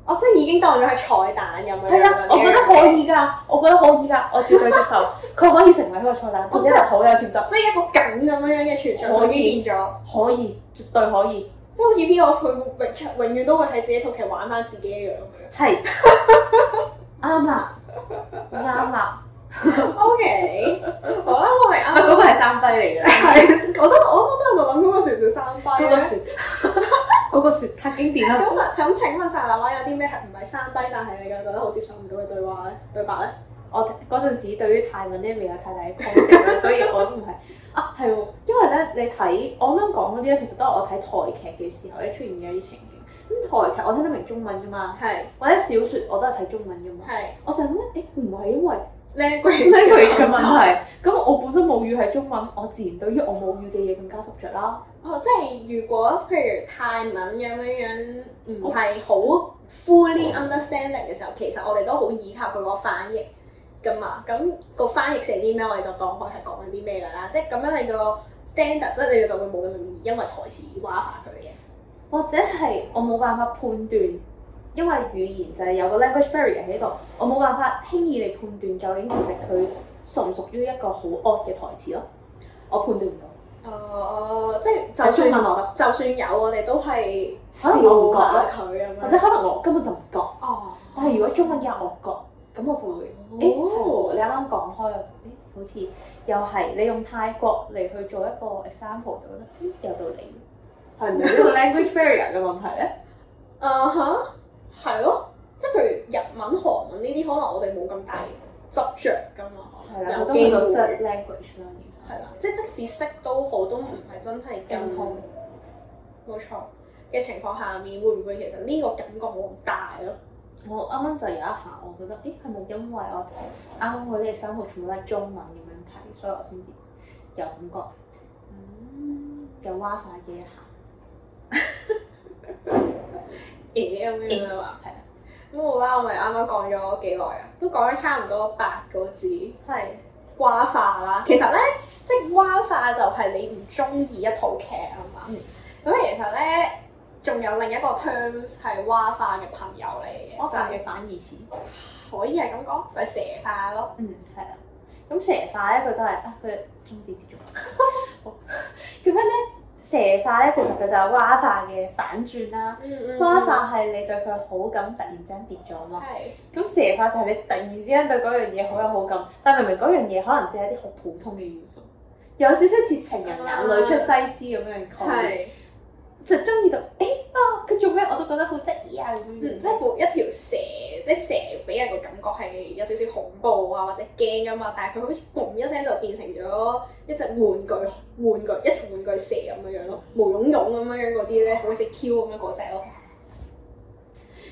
Speaker 2: 哦，即係已經當咗係菜蛋咁樣。
Speaker 3: 係啊，我覺得可。以㗎，我覺得可以㗎，我絕對接受。 佢可以成為一個菜蛋，
Speaker 2: 哦
Speaker 3: 同一係好有潛質，
Speaker 2: 即係一個梗咁樣嘅存在，佢
Speaker 3: 可以
Speaker 2: 已經變咗。
Speaker 3: 可以，絕對可以。
Speaker 2: 即係好似 V 我佢永永遠都會喺自己套劇玩翻自己一樣咁
Speaker 3: 係啱啦，啱啦。
Speaker 2: 樣。O K，好 啦，我哋
Speaker 3: 啊，
Speaker 2: 啱
Speaker 3: 嗰
Speaker 2: 啱
Speaker 3: 個係三輝嚟嘅，
Speaker 2: 係，我都我都喺度諗嗰個算唔算三
Speaker 3: 嗰
Speaker 2: 輝
Speaker 3: 個
Speaker 2: 咧？
Speaker 3: 雪， 嗰個雪太經典啦。
Speaker 2: 咁實咁請問薩那話有啲咩係唔係三輝，但係你覺得好接受唔到嘅對話咧、對白咧？
Speaker 3: 我嗰陣時對於泰文咧未有太大嘅 concept，所以我都唔係啊，係喎，因為咧你睇我啱啱講嗰啲咧，其實都係我睇台劇嘅時候咧出現嘅一啲情景。咁台劇我聽得明中文㗎嘛，
Speaker 2: 係
Speaker 3: 或者小説我都係睇中文㗎嘛。
Speaker 2: 係
Speaker 3: 我成日諗咧，誒唔係因為
Speaker 2: language
Speaker 3: language 嘅問題， 咁我本身母語係中文，我自然對於我母語嘅嘢更加執着啦。
Speaker 2: 哦，即係如果譬如泰文咁樣樣唔係好 fully understanding 嘅時候，其實我哋都好依靠佢個翻譯噶嘛。咁、個翻譯成啲咩，我哋就當佢係講緊啲咩㗎啦。即係咁樣你個 standard，即係你就會冇咁容易因為台詞而蛙化佢嘅。
Speaker 3: 或者係我冇辦法判斷，因為語言就係有個 language barrier 喺度，我冇辦法輕易嚟判斷究竟其實佢屬唔屬於一個好 odd 嘅台詞咯，我判斷唔到。
Speaker 2: 哦，即係就
Speaker 3: 就中
Speaker 2: 算
Speaker 3: 文我得，
Speaker 2: 就算有，我哋都係笑
Speaker 3: 可能我唔覺
Speaker 2: 下
Speaker 3: 啦
Speaker 2: 佢咁樣。
Speaker 3: 或者可能我根本就唔覺，
Speaker 2: 哦，
Speaker 3: 但係如果中文嘅我覺，咁我就會。誒係
Speaker 2: 哦
Speaker 3: 喎，你啱啱講開我就誒，好似又係你用泰國嚟去做一個 example 就覺得嗯有道理，係咪呢個 language barrier 嘅問題咧？
Speaker 2: 啊哈，係咯，即係譬如日文、韓文呢啲，可能我哋冇咁大執着噶嘛，
Speaker 3: 係啦，我
Speaker 2: 有
Speaker 3: 都會
Speaker 2: 機
Speaker 3: 覺
Speaker 2: 會
Speaker 3: 得 language 啦，
Speaker 2: 係啦，即係即使識都好，都唔係真係咁
Speaker 3: 精通。
Speaker 2: 冇錯嘅情況下面，會唔會其實呢個感覺冇咁大咯？
Speaker 3: 我啱啱就有一下，我覺得，誒係咪因為我睇啱啱嗰啲 example 全部都係中文咁樣睇，所以我先至有感覺有蛙化嘅一下，
Speaker 2: 嘢咁樣啊嘛，
Speaker 3: 係啊，
Speaker 2: 咁好啦，我咪啱啱講咗幾耐啊，都講咗差唔多八個字。
Speaker 3: 係
Speaker 2: 蛙化啦，其實咧，即係蛙化就係你唔中意一套劇啊嘛。
Speaker 3: 嗯
Speaker 2: 咁、其實咧，仲有另一個 terms 係蛙化嘅朋友嚟嘅，
Speaker 3: 蛙
Speaker 2: 就
Speaker 3: 化
Speaker 2: 係
Speaker 3: 嘅反義詞，
Speaker 2: 可以係咁講，就係、蛇化咯。
Speaker 3: 嗯係啦。咁蛇化咧，佢都係啊，佢中指跌咗 落嚟，咁樣咧蛇化咧，其實佢就係蛙化嘅反轉啦。
Speaker 2: 嗯嗯
Speaker 3: 蛙化係你對佢好感突然之間跌咗啊嘛。
Speaker 2: 係
Speaker 3: 咁蛇化就係你突然之間對嗰樣嘢好有好感，但明明嗰樣嘢可能只係一啲好普通嘅要素，有少少似情人眼裏出西施咁樣嘅概念，
Speaker 2: 係，
Speaker 3: 就中意到誒啊佢做咩我都覺得好得意啊咁樣，
Speaker 2: 嗯，
Speaker 3: 即
Speaker 2: 即
Speaker 3: 係
Speaker 2: 係一條蛇，即係蛇俾人個感覺係有少少恐怖啊，或者驚噶嘛，但係佢好似嘣一聲就變成咗一隻玩具玩具一條玩具蛇咁樣樣咯，毛茸茸咁樣樣嗰啲咧，好似 Q 咁樣嗰只咯。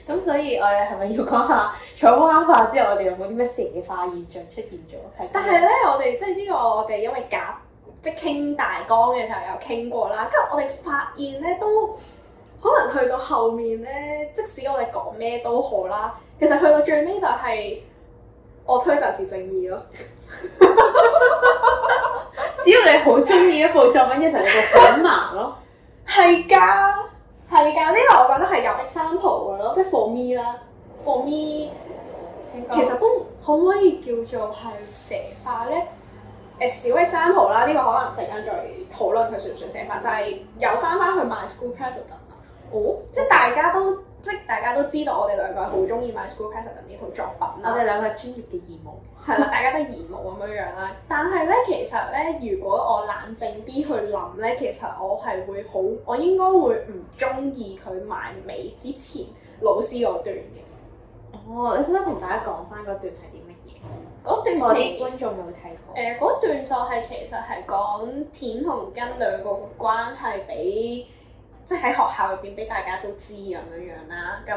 Speaker 3: 咁所以我哋係咪要講下除咗蛙化之後，我哋有冇啲咩蛇化現象出現咗？係
Speaker 2: 但係咧，我哋即係呢個我哋因為夾即係傾大綱嘅時候有傾過啦，跟住我哋發現咧都可能去到後面咧，即使我哋講咩都好啦，其實去到最尾就係、我推就是正義咯，
Speaker 3: 只要你好中意一部作品嘅時候，你就想盲咯，
Speaker 2: 係㗎，係㗎，呢、個我覺得係有 example 嘅咯，即係 for me 啦，for me
Speaker 3: 請
Speaker 2: 其
Speaker 3: 講。
Speaker 2: 實都可唔可以叫做係蛇化咧？誒小 example 啦，呢、個可能陣間再討論佢算唔算蛇化，就係、有翻翻去 My School President 啦。
Speaker 3: 哦，
Speaker 2: 即係大家都即係大家都知道，我哋兩個係好中意買《School President》呢套作品
Speaker 3: 我
Speaker 2: 啦，
Speaker 3: 哋兩個專業嘅義務，
Speaker 2: 係啦，大家都義務咁樣樣啦。但係咧，其實咧，如果我冷靜啲去諗咧，其實我係會好，我應該會唔中意佢埋尾之前老師嗰段嘅。
Speaker 3: 哦，你想唔想同大家講翻嗰段係啲乜嘢？
Speaker 2: 嗰
Speaker 3: 我
Speaker 2: 段
Speaker 3: 哋
Speaker 2: 其
Speaker 3: 觀眾冇睇過。
Speaker 2: 誒嗰、段就係其實係講田同根兩個嘅關係，俾即係喺學校入邊俾大家都知咁樣樣啦。咁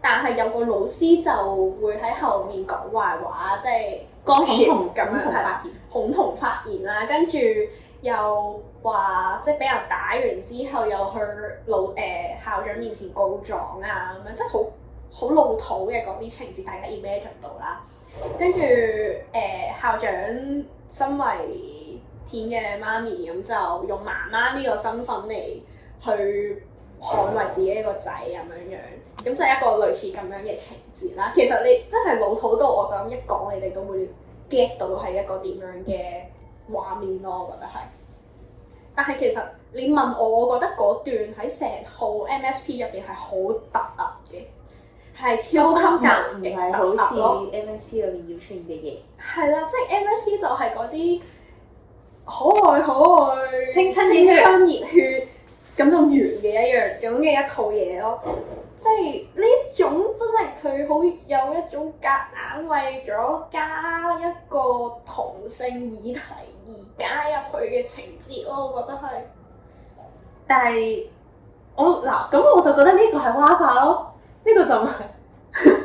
Speaker 2: 但係有個老師就會喺後面講壞話，即係
Speaker 3: 講
Speaker 2: 協
Speaker 3: 同
Speaker 2: 咁樣係啦，
Speaker 3: 言，
Speaker 2: 恐同發言啦，跟住又話即係俾人打完之後，又去老誒、校長面前告狀啊咁樣，即係好好老土嘅嗰啲情節，大家 imagine 到啦。跟住誒校長身為田嘅媽咪，咁就用媽媽呢個身份嚟去捍衞自己一個仔咁樣樣，咁就一個類似咁樣嘅情節啦。其實你真係老土到我就咁一講，你哋都會 get 到係一個點樣嘅畫面咯，我覺得係。但係其實你問我，我覺得嗰段喺成套 MSP 入邊係好突兀嘅，係超級
Speaker 3: 唔
Speaker 2: 夾
Speaker 3: 係
Speaker 2: 嘅
Speaker 3: 好
Speaker 2: 突兀
Speaker 3: 似
Speaker 2: 咯。
Speaker 3: MSP 裏面要出現嘅嘢，
Speaker 2: 係啦，即係 MSP 就係嗰啲可愛可愛、
Speaker 3: 青春熱
Speaker 2: 青
Speaker 3: 血
Speaker 2: 春熱血咁就完嘅一樣咁嘅一套嘢咯。即係呢一種真係佢好有一種夾硬為咗加一個同性議題而加入去嘅情節咯，我覺得係。
Speaker 3: 但係我嗱咁我就覺得呢個係蛙化咯，呢、個就唔係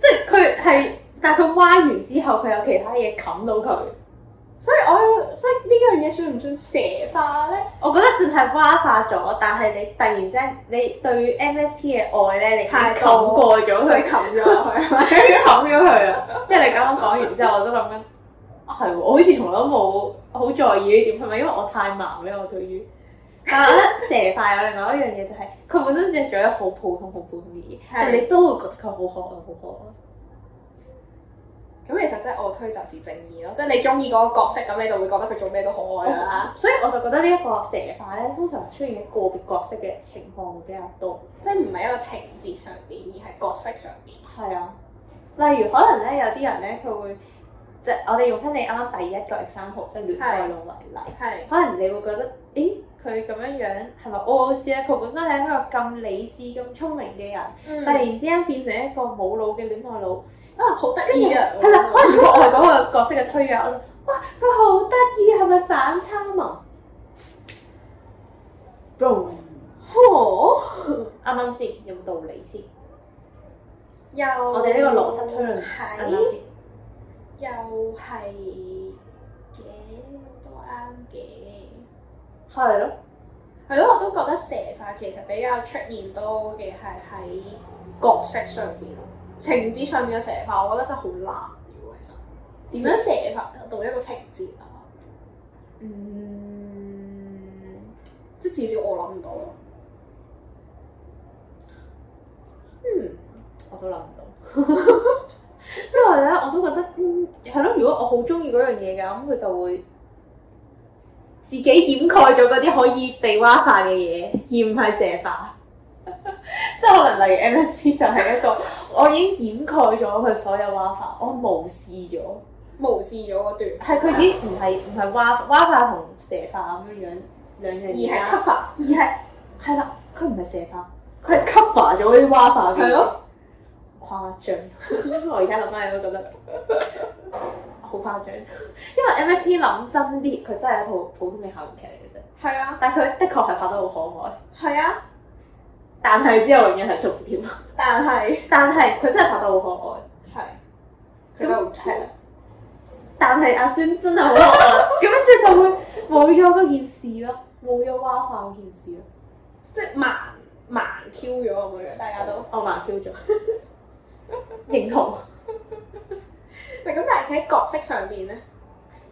Speaker 3: 即係佢係，但係佢蛙完之後佢有其他嘢冚到佢，
Speaker 2: 所以我要即係呢樣嘢算唔算蛇化咧？
Speaker 3: 我覺得算係蛙化咗，但係你突然之間你對 MSP 嘅愛咧，你已經
Speaker 2: 太
Speaker 3: 冚
Speaker 2: 多
Speaker 3: 過咗
Speaker 2: 我
Speaker 3: 佢
Speaker 2: 係。冚咗落 去。
Speaker 3: 係跟住冚咗佢啦。即係你咁樣講完之後，我都諗緊，啊係喎，我好似從來都冇好在意呢點，係咪因為我太盲咧？我對於，但係我覺得蛇塊有另外一樣嘢就係、佢本身只係做一好普通、好普通嘅嘢，但係你都會覺得佢好可愛、好可愛。
Speaker 2: 咁其實即係我推就是正義咯，即係你中意嗰個角色，咁你就會覺得佢做咩都可愛啊 啦。
Speaker 3: 所以我就覺得呢一個蛇塊咧，通常出現喺個別角色嘅情況會比較多。
Speaker 2: 即係唔係一個情節上邊，而係角色上邊。
Speaker 3: 係啊，例如可能咧有啲人咧佢會，即係我哋用翻你啱啱第一個 example，即係戀愛腦為例。
Speaker 2: 係
Speaker 3: 可能你會覺得，咦，佢咁樣樣係咪哦 O O C 咧？佢本身係一個咁理智、咁聰明嘅人，突
Speaker 2: 但
Speaker 3: 然
Speaker 2: 係
Speaker 3: 之間變成一個冇腦嘅戀愛腦，
Speaker 2: 啊，好得意啊！
Speaker 3: 係啦。可能如果我係嗰個角色嘅推嘅，我就哇，佢好得意，係咪反差萌？Boom，啱啱先有冇道理先？
Speaker 2: 又
Speaker 3: 我哋呢個邏輯推論啱唔啱
Speaker 2: 係
Speaker 3: 先？
Speaker 2: 又係嘅，都啱嘅。
Speaker 3: 係咯，
Speaker 2: 係咯，我都覺得蛇化其實比較出現多嘅係喺角色上邊咯，情節上面嘅蛇化，我覺得真係好難嘅喎，其實點樣蛇化到一個情節啊？
Speaker 3: 嗯，
Speaker 2: 即係至少我諗唔到咯。
Speaker 3: 嗯，我都諗唔到。 因為咧，我都覺得，嗯，係咯。如果我好中意嗰樣嘢嘅，咁佢就會自己掩蓋咗嗰啲可以被蛙化嘅嘢，而唔係蛇化。 即係可能例如 MSP 就係一個，我已經掩蓋咗佢所有蛙化，我無視咗，
Speaker 2: 無視咗嗰段，
Speaker 3: 係佢已經唔係唔係蛙化蛙化同蛇化咁樣樣兩樣
Speaker 2: 而
Speaker 3: 嘢
Speaker 2: 係
Speaker 3: 啦，
Speaker 2: cover。
Speaker 3: 而係係啦，佢唔係蛇化，佢係 cover 咗嗰啲蛙化嘅嘢
Speaker 2: 係咯，
Speaker 3: 誇張。我而家諗翻嘢都覺得好誇張，因為 MSP 諗真啲，佢真係一套普通嘅校園劇嚟嘅啫。
Speaker 2: 係啊，
Speaker 3: 但係佢的確係拍得好可愛，
Speaker 2: 係啊，
Speaker 3: 但係之後永遠係重點。
Speaker 2: 但係
Speaker 3: 但係佢真係拍得好可愛，
Speaker 2: 係
Speaker 3: 咁
Speaker 2: 佢就
Speaker 3: 係
Speaker 2: 係
Speaker 3: 啦。但係阿孫真係好可 愛，咁跟住就會冇咗嗰件事咯，冇咗蛙化嗰件事咯。
Speaker 2: 即係盲盲 Q 咗咁樣，大家都
Speaker 3: 我麻 Q 咗， 認同。
Speaker 2: 喂咁，但係喺角色上邊咧，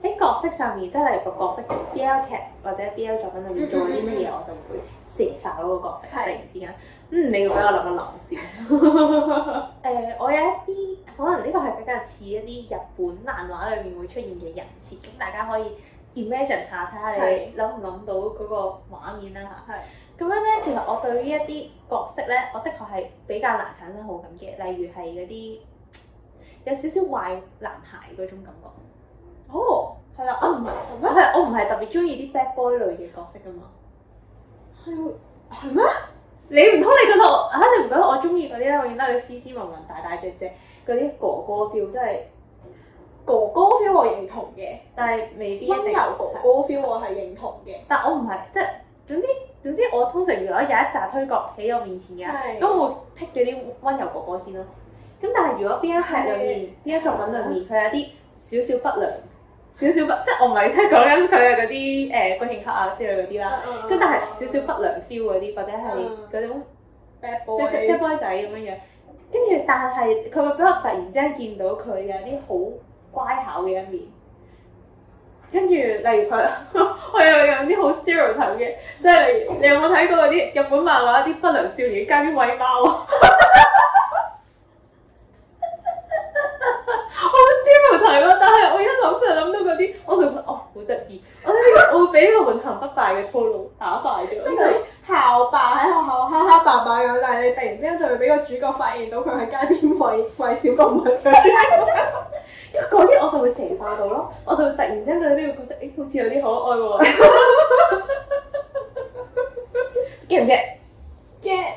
Speaker 3: 喺角色上面，即係例如個角色 BL 劇或者 BL 作品裏面做咗啲乜嘢，我就會蛇化嗰個角色。突
Speaker 2: 係
Speaker 3: 然之間，嗯，你要俾我諗一諗先。 誒、我有一啲可能呢個係比較似一啲日本漫畫裏面會出現嘅人設，咁大家可以 imagine 下，睇下你諗唔諗到嗰個畫面啦嚇。
Speaker 2: 係
Speaker 3: 咁樣咧，其實我對於一啲角色咧，我的確係比較難產生好感嘅，例如係嗰啲有少少壞男孩嗰種感覺。
Speaker 2: 哦，
Speaker 3: 係啦，我啊唔係，我係我唔係特別中意啲 bad boy 類嘅角色噶嘛。
Speaker 2: 係啊喎係咩？
Speaker 3: 你唔通你覺得我嚇、啊？你唔覺得我中意嗰啲咧？永遠都係斯斯文文、大大隻隻嗰啲哥哥 feel，真係，
Speaker 2: 哥哥 feel 我認同嘅，
Speaker 3: 但係未必一定
Speaker 2: 溫柔哥哥 feel 我係認同嘅，
Speaker 3: 但我唔係，即係總之總之，我通常如果有一紮推角喺我面前嘅，
Speaker 2: 係
Speaker 3: 咁我會 pick 咗啲温柔哥哥先咯。咁但係如果邊一劇裏面、邊一作品裏面，佢有啲少少不良、少少不，即係我唔係即係講緊佢係嗰啲誒軍慶黑啊之類嗰
Speaker 2: 嗯
Speaker 3: 啲啦。咁
Speaker 2: 咁
Speaker 3: 但
Speaker 2: 嗯
Speaker 3: 係少少不良 feel 嗰啲，或者係嗰種
Speaker 2: bad
Speaker 3: bad
Speaker 2: boy，
Speaker 3: bad boy 仔咁樣樣，跟住但係佢會俾我突然之間見到佢有啲好乖巧嘅一面。跟住，例如佢， 我又有啲好 stereotype 嘅，即係例如你有冇睇過嗰啲日本漫畫啲不良少年喺街邊餵貓啊？ 好 stereotype 啊！但係我一諗就諗到嗰啲，我就覺得哦好得意，我呢個我會俾呢個永恆不敗嘅套路打敗咗，
Speaker 2: 即係佢校霸喺學校哈哈霸霸咁，但係你突然之間就會俾個主角發現到佢喺街邊餵餵小動物佢。
Speaker 3: 因為嗰啲我就會蛇化到咯，我就會突然之間對呢個角色，誒、哎好似有啲可愛喎，驚唔驚
Speaker 2: get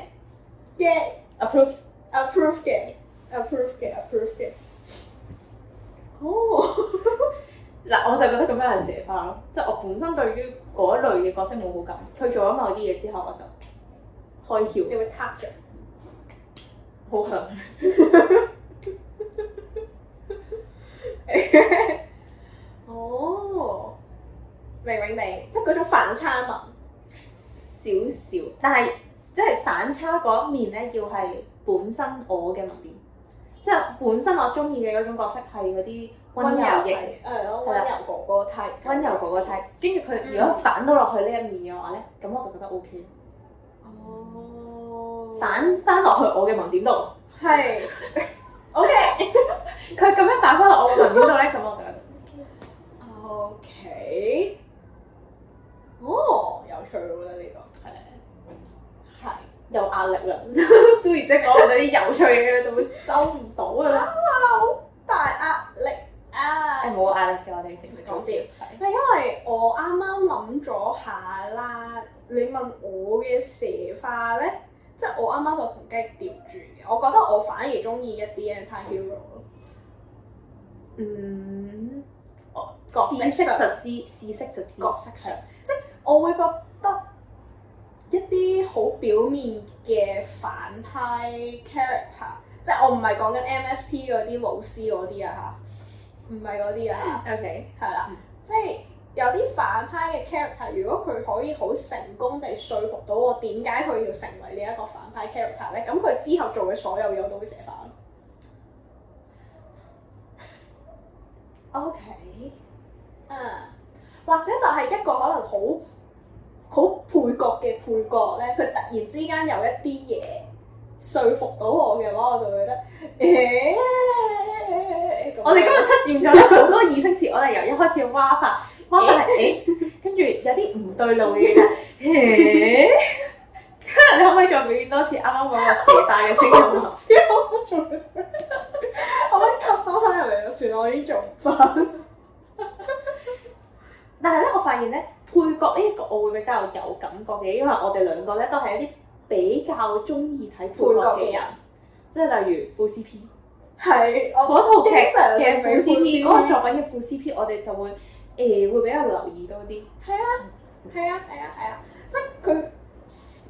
Speaker 2: get
Speaker 3: ？approve
Speaker 2: approve 嘅 approve 嘅 approve 嘅。
Speaker 3: 哦，嗱，我就覺得咁樣係蛇化咯，即係我本身對於嗰類嘅角色冇好感，佢做咗某啲嘢之後，我就開竅，
Speaker 2: 你會撻着？
Speaker 3: 好響。
Speaker 2: 哦，明明你即係嗰種反差萌。
Speaker 3: 少少，但係即係反差嗰一面咧，要係本身我嘅萌點，即係本身我中意嘅嗰種角色係嗰啲温柔型、
Speaker 2: 型，係咯，温柔哥哥 type。
Speaker 3: 温柔嗰個 type。跟住佢如果反到落去呢一面嘅話咧，咁我就覺得 O K。
Speaker 2: 哦，
Speaker 3: 反翻落去我嘅萌點度，
Speaker 2: 係。O K。
Speaker 3: 佢咁樣反翻落我嘅萌點度咧，咁我就覺得
Speaker 2: O K。哦，有趣喎，我覺得呢
Speaker 3: 係
Speaker 2: 個係。
Speaker 3: 有壓力啦。Sue 姐講我哋啲有趣嘅嘢就會收唔到噶啦。
Speaker 2: 哇，好大壓力啊！
Speaker 3: 係冇壓力嘅，我哋平時
Speaker 2: 講笑
Speaker 3: 係
Speaker 2: 係因為我啱啱諗咗下啦，你問我嘅蛇化咧，即係我啱啱就同雞調轉嘅，我覺得我反而中意一啲 anti hero 咯，
Speaker 3: 嗯，
Speaker 2: 角色
Speaker 3: 試識
Speaker 2: 上
Speaker 3: 實知，試識實知，
Speaker 2: 角色上，即係我會覺得一啲好表面嘅反派 character，即係我唔係講緊 MSP 嗰啲老師嗰啲啊嚇，唔係嗰啲啊嚇。
Speaker 3: O K，
Speaker 2: 係啦
Speaker 3: 嗯，
Speaker 2: 即係有啲反派嘅 character，如果佢可以好成功地說服到我點解佢要成為呢一個反派 character 咧，咁佢之後做嘅所有嘢我都會寫反。
Speaker 3: O K，
Speaker 2: 嗯，或者就係一個可能好好配角嘅配角咧，佢突然之間有一啲嘢說服到我嘅話，我就會覺得誒。咁樣
Speaker 3: 我哋今日出現咗好多意識詞，我哋由一開始嘅蛙法，蛙法係誒，跟住有啲唔對路嘅嘢，誒，跟住你可唔可以再表演多次啱啱嗰個蛇帶嘅聲音啊？
Speaker 2: 知我做緊咩我可以吸翻翻入嚟就算啦，我已經做唔翻。
Speaker 3: 但係咧，我發現咧，配角呢一個我會比較有感覺嘅，因為我哋兩個咧都係一啲比較中意睇配角嘅人，即係例如副 C P
Speaker 2: 係
Speaker 3: 哦嗰
Speaker 2: 我
Speaker 3: 套劇
Speaker 2: 經常
Speaker 3: 嘅
Speaker 2: 俾
Speaker 3: 副 C P
Speaker 2: 副 CP
Speaker 3: 嗰個作品嘅副 C P，我哋就會誒會比較留意多啲。
Speaker 2: 係啊，係啊，係啊，係啊，即係佢，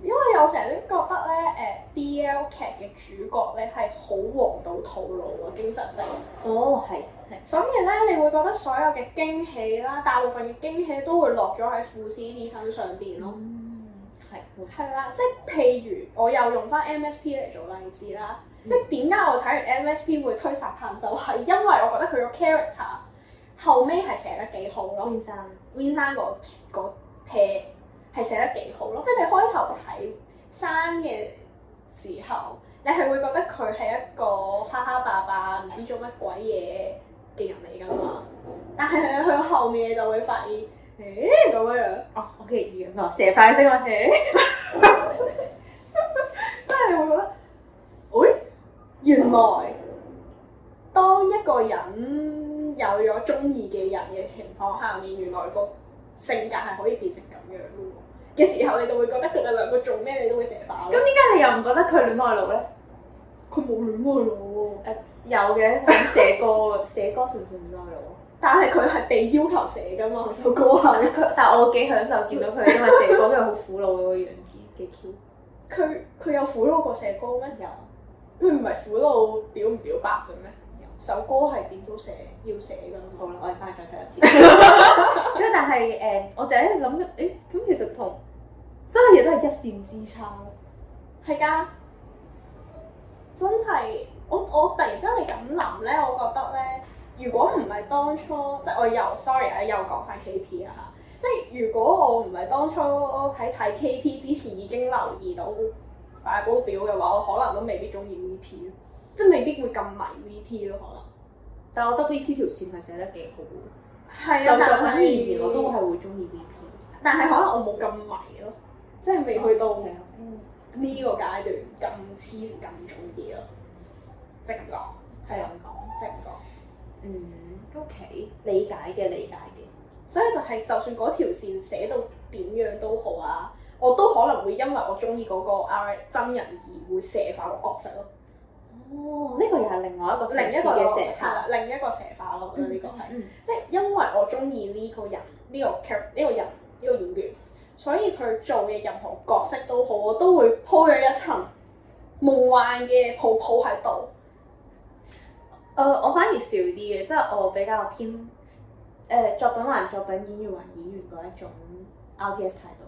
Speaker 2: 因為我成日都覺得咧，誒 BL 劇嘅主角咧係好黃到套路啊，經常性，
Speaker 3: 哦，係係。
Speaker 2: 所以咧你會覺得所有嘅驚喜啦，大部分嘅驚喜都會落咗喺副 CP 身上邊咯。
Speaker 3: 嗯，係冇錯
Speaker 2: 係啦，即係譬如我又用翻 MSP 嚟做例子啦，
Speaker 3: 嗯
Speaker 2: 即係點解我睇完 MSP 會推殺探就係、因為我覺得佢個 character 後尾係寫得幾好咯。
Speaker 3: 先生，
Speaker 2: Win 生嗰嗰 pair 係寫得幾好咯，即係你開頭睇生嘅時候，你係會覺得佢係一個哈哈霸霸唔知做乜鬼嘢嘅人嚟㗎嘛，但係你去到後面你就會發現，誒、咁樣樣，
Speaker 3: 哦，OK，原 Ờ, 來蛇快聲我起，
Speaker 2: 即係你會覺得，誒、原來當一個人有咗中意嘅人嘅情況下面，原來個性格係可以變成咁樣嘅喎嘅時候，你就會覺得佢哋兩個做咩你都會成反
Speaker 3: 咁。點解你又唔覺得佢戀愛腦咧？
Speaker 2: 佢冇戀愛腦喎，
Speaker 3: 有嘅，係寫歌，寫歌算唔算戀愛腦？
Speaker 2: 但係佢係被要求寫㗎嘛首歌係。
Speaker 3: 佢，但係我幾享受見到佢，因為寫歌佢好苦惱嘅個樣子，幾 Q。
Speaker 2: 佢佢有苦惱過寫歌咩？
Speaker 3: 有，
Speaker 2: 佢唔係苦惱表唔表白啫咩
Speaker 3: 有？
Speaker 2: 首歌係點都寫要寫㗎嘛。
Speaker 3: 好啦，我哋翻去再睇一次。咁但係誒，我就喺度諗緊，誒咁其實同真係亦都係一線之差咯。
Speaker 2: 係㗎，真係我我突然之間你咁諗咧，我覺得咧，如果唔係當初，即係我又 sorry 啊，又講翻 KP 啊嚇，即係如果我唔係當初喺睇 KP 之前已經留意到大保表嘅話，我可能都未必中意 VP 咯，即係未必會咁迷 VP 咯，可能。
Speaker 3: 但我覺得 V P 條線係寫得幾好嘅。
Speaker 2: 係
Speaker 3: 就
Speaker 2: 啊，
Speaker 3: 咁
Speaker 2: 但
Speaker 3: 而言，我都
Speaker 2: 係，
Speaker 3: 係會中意 V P。
Speaker 2: 但係可能我冇咁迷咯，即係未去到
Speaker 3: OK，OK
Speaker 2: 呢個階段咁黐線咁中意咯，即係咁講，
Speaker 3: 係
Speaker 2: 係
Speaker 3: 咁
Speaker 2: 啊，
Speaker 3: 講。
Speaker 2: 即係咁講。
Speaker 3: 嗯，OK，理解嘅理解嘅。
Speaker 2: 所以就係、就算嗰條線寫到點樣都好啊，我都可能會因為我中意嗰個 R 真人而會射化個角色咯，
Speaker 3: 哦，呢個又係另外一個
Speaker 2: 另一個
Speaker 3: 嘅
Speaker 2: 咯
Speaker 3: 寫
Speaker 2: 係
Speaker 3: 法。
Speaker 2: 啦另一個射化咯，我覺得呢個係。
Speaker 3: 嗯。嗯
Speaker 2: 即係因為我中意呢個人、呢、個 c a r 呢個人、呢、個演員，所以佢做嘅任何角色都好，我都會鋪咗一層夢幻嘅泡泡喺度。
Speaker 3: 誒、呃我反而少啲嘅，即係我比較偏誒、作品還作品，演員還演員嗰一種 RPS 態度。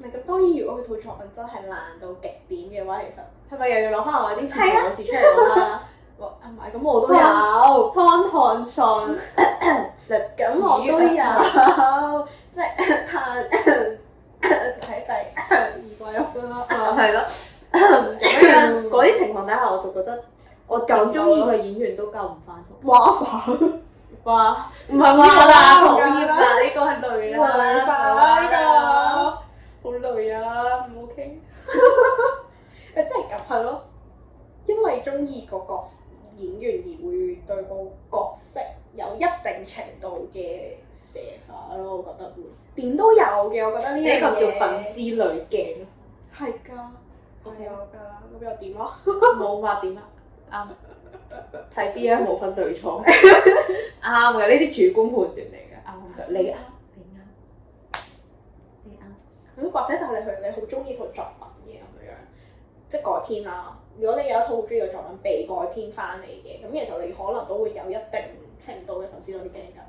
Speaker 2: 唔係咁，當然如果佢套作品真係爛到極點嘅話，其實
Speaker 3: 係咪又要攞翻我啲前輩老師出嚟講 啦？
Speaker 2: 我啊唔係咁我都有，
Speaker 3: 有湯漢信，
Speaker 2: 咁我都有， 即係嘆 睇第二季啦。
Speaker 3: 係咯。咁樣 嗰啲情況底下，我就覺得我咁中意佢演員都救唔翻佢。
Speaker 2: 哇反
Speaker 3: 哇！唔係
Speaker 2: 啦
Speaker 3: 話啦，討
Speaker 2: 討
Speaker 3: 厭
Speaker 2: 厭
Speaker 3: 啦，
Speaker 2: 啦
Speaker 3: 呢個係累啦，
Speaker 2: 哇反呢個，好累啊，唔 OK。誒真係咁係咯，因為中意個角色演員而會對個角色有一定程度嘅寫法咯，我覺得會點都有嘅，我覺得呢
Speaker 3: 呢
Speaker 2: 樣
Speaker 3: 個叫
Speaker 2: 嘢
Speaker 3: 粉絲濾鏡，
Speaker 2: 係㗎，我有㗎，咁又點啊？
Speaker 3: 冇話點 啊？啱，睇 B M 冇分對 錯，啱嘅，呢啲主觀判斷嚟嘅，啱嘅，你啱，你啱，你啱。
Speaker 2: 咁或者就係你去你好中意套作品嘅咁樣，即係改編啦。如果你有一套好中意嘅作品被改編翻嚟嘅，咁其實你可能都會有一定程度嘅粉絲濾鏡㗎，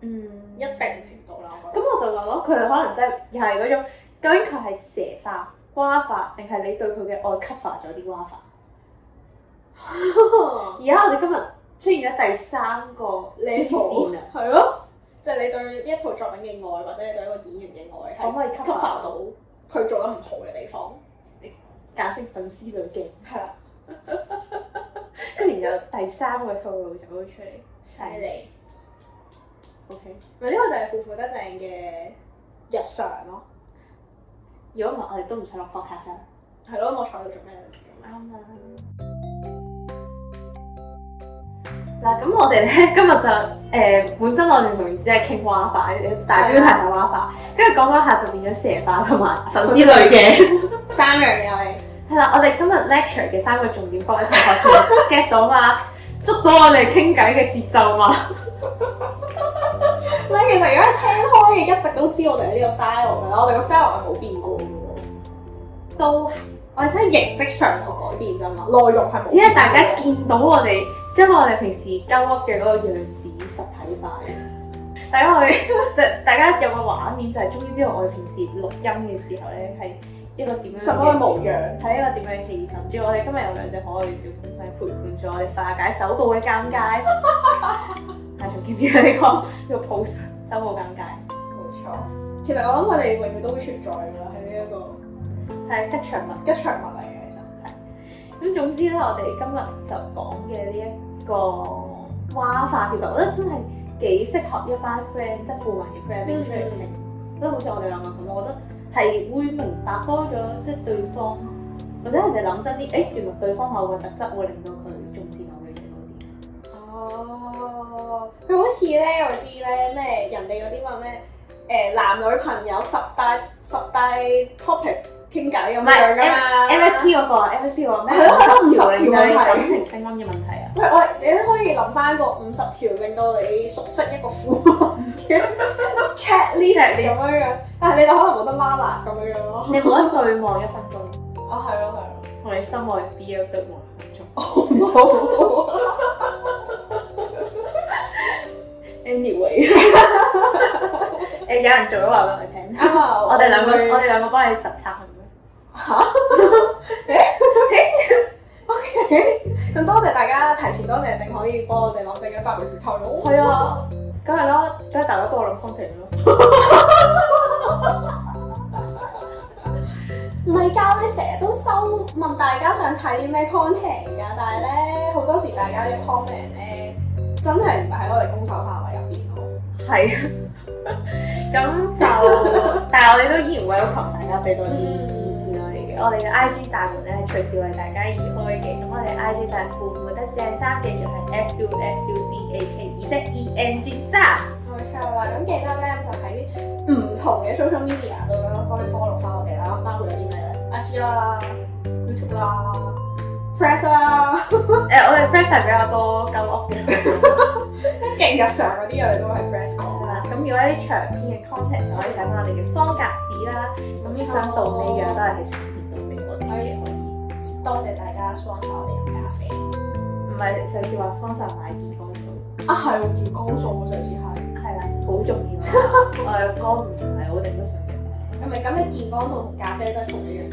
Speaker 3: 嗯
Speaker 2: 一定程度啦，我覺
Speaker 3: 咁
Speaker 2: 得。
Speaker 3: 我就諗咯，佢可能真係又係嗰種，究竟佢係蛇化、蛙化，定係你對佢嘅愛 cover 咗啲蛙化？而家我哋今日出現咗第三個黐線啊啦，
Speaker 2: 係咯，即係你對呢一套作品嘅愛，或者你對一個演員嘅愛，
Speaker 3: 可唔
Speaker 2: 係
Speaker 3: 可以 cover
Speaker 2: cover
Speaker 3: 到
Speaker 2: 到佢做得唔好嘅地方。
Speaker 3: 簡稱粉絲濾鏡？
Speaker 2: 係啊，
Speaker 3: 跟住然後第三個套路就會出嚟，
Speaker 2: 犀利。
Speaker 3: OK，
Speaker 2: 咪呢個就係負負得正嘅日常咯。
Speaker 3: 如果唔係，我哋都唔使落 podcast 啦。
Speaker 2: 係咯，我坐喺度做咩？
Speaker 3: 啱啦。嗱，咁我哋咧 今日就誒、本身我哋同只係傾蛙化，大標題係蛙化，跟住講講下就變咗蛇化同埋粉絲類嘅。
Speaker 2: 三樣嘢係。
Speaker 3: 係啦，我哋今日 lecture 嘅三個重點，各位同學仲 get 到嘛？捉到我哋傾偈嘅節奏嘛？
Speaker 2: 唔係，其實如果聽開嘅一直都知我哋呢個 style 㗎啦，我哋個 style 係冇變過嘅喎，
Speaker 3: 都
Speaker 2: 我哋真係形式上有改變啫嘛，內容係冇變過嘅。
Speaker 3: 只係大家見到我哋將我哋平時鳩噏嘅嗰個樣子實體化嘅。大家去， 大家有個畫面就係終於知道我哋平時錄音嘅時候咧係一個點樣
Speaker 2: 什麼
Speaker 3: 嘅
Speaker 2: 模樣？
Speaker 3: 係一個點樣嘅氣氛。仲有我哋今日有兩隻可愛嘅小東西陪伴咗我哋化解手部嘅尷尬。係仲見唔見呢個呢個 pose 手部尷尬？
Speaker 2: 冇錯。其實我諗佢哋永遠都會存在㗎啦，喺呢一個
Speaker 3: 係吉祥物。
Speaker 2: 一場物嚟嘅，其實
Speaker 3: 咁總之咧，我哋今日就講嘅呢一個蛙化，其實我覺得真係幾適合一班 friend，即係富民嘅 friend 拎出嚟傾，即係好似我哋兩個咁，我覺得係會明白多咗，即係對方或者人哋諗真啲，誒、原來對方某個特質會令到佢重視某樣嘢多啲。
Speaker 2: 哦，佢好似咧有啲咧咩人哋嗰啲話咩誒男女朋友十大十大 topic 傾偈咁樣
Speaker 3: 唔係
Speaker 2: 㗎嘛
Speaker 3: MSP 嗰個啊，MSP 嗰個咩
Speaker 2: 係咯係咯
Speaker 3: 五十條
Speaker 2: 五十
Speaker 3: 令
Speaker 2: 條
Speaker 3: 到
Speaker 2: 問
Speaker 3: 你
Speaker 2: 題
Speaker 3: 感情升溫嘅問題 啊！
Speaker 2: 喂，我你都可以諗翻個五十條令到你熟悉一個富民嘅 checklist 咁樣樣，但係你就可能冇得拉啦咁樣樣咯。
Speaker 3: 你冇得對望一分鐘，
Speaker 2: 啊，係咯，係咯。
Speaker 3: 同你心愛 BL 對望一分鐘。
Speaker 2: 我冇。
Speaker 3: anyway，誒有人做咗話俾我聽，
Speaker 2: 啱啊！
Speaker 3: 我哋兩 個
Speaker 2: 會
Speaker 3: 我哋兩個幫你實測係咪？
Speaker 2: 嚇？誒誒，我咁多謝大家提前多謝定可以幫我哋諗定一集嘅主題咯。
Speaker 3: 係啊，梗係啦，梗係大家幫我諗 content 咯。
Speaker 2: 唔係教你成日都收問大家想睇啲咩 content 㗎，但係咧好多時大家嘅 comment 咧真係唔係喺我哋攻守範圍入邊咯。
Speaker 3: 係。 咁 就，但係我哋都依然 welcome 大家俾多啲意見我哋嘅。我哋嘅 IG 大門咧隨時為大家而開嘅。咁我哋 IG 就係父母得正三，記住係 F U F U D A K，而即 E N G 三。
Speaker 2: 冇錯啦，咁記得咧就喺唔同嘅 social media 度啦，可以 follow 翻我哋啦，包括 email 啦、IG 啦、YouTube 啦、Fresh 啦，
Speaker 3: 誒、我哋 friend 係比較多鳩屋嘅。
Speaker 2: 勁日常嗰啲我哋都係 Fresh 講
Speaker 3: 好
Speaker 2: 啦。
Speaker 3: 啦，咁如果一啲長篇嘅 content 就可以睇翻我哋嘅方格子啦。咁啲相到尾樣都係喺上面到尾我哋嘅可以。
Speaker 2: 多謝大家 sponsor 我哋飲咖啡。
Speaker 3: 唔係上次話 sponsor 買健康素，
Speaker 2: 啊係喎，健康數喎上次係。
Speaker 3: 係啦，好重要啊！ 我哋肝唔係我哋都想嘅。
Speaker 2: 係咪咁？你健康同咖啡都係同一樣嘢喎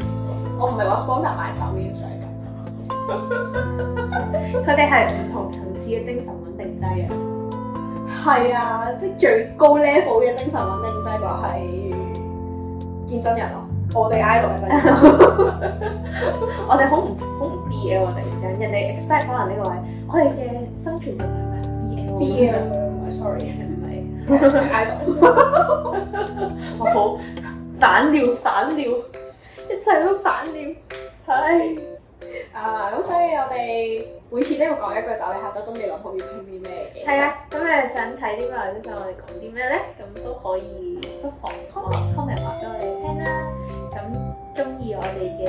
Speaker 2: 我唔係話 sponsor 買酒呢啲想咁。
Speaker 3: 佢哋係唔同層次嘅精神穩定劑啊！
Speaker 2: 係啊，即係最高 level 嘅精神穩定劑就係見真人咯。我哋 idol 嘅真 人，
Speaker 3: 我哋好唔好唔 BL 啊！突然之間，人哋 expect 可能呢個位，我哋嘅生存力量係 BL 啊。
Speaker 2: B 啊，唔係 sorry，
Speaker 3: 唔
Speaker 2: 係
Speaker 3: 係，
Speaker 2: idol。
Speaker 3: 我好反料反料，一切都反料，唉。
Speaker 2: 啊，咁所以我哋每次都要講一句就係下週都未諗好要傾啲咩嘅。
Speaker 3: 係，啊，咁你想睇啲咩或者想我哋講啲咩咧？咁都可以不妨 comment comment 話俾我哋聽啦。咁中意我哋嘅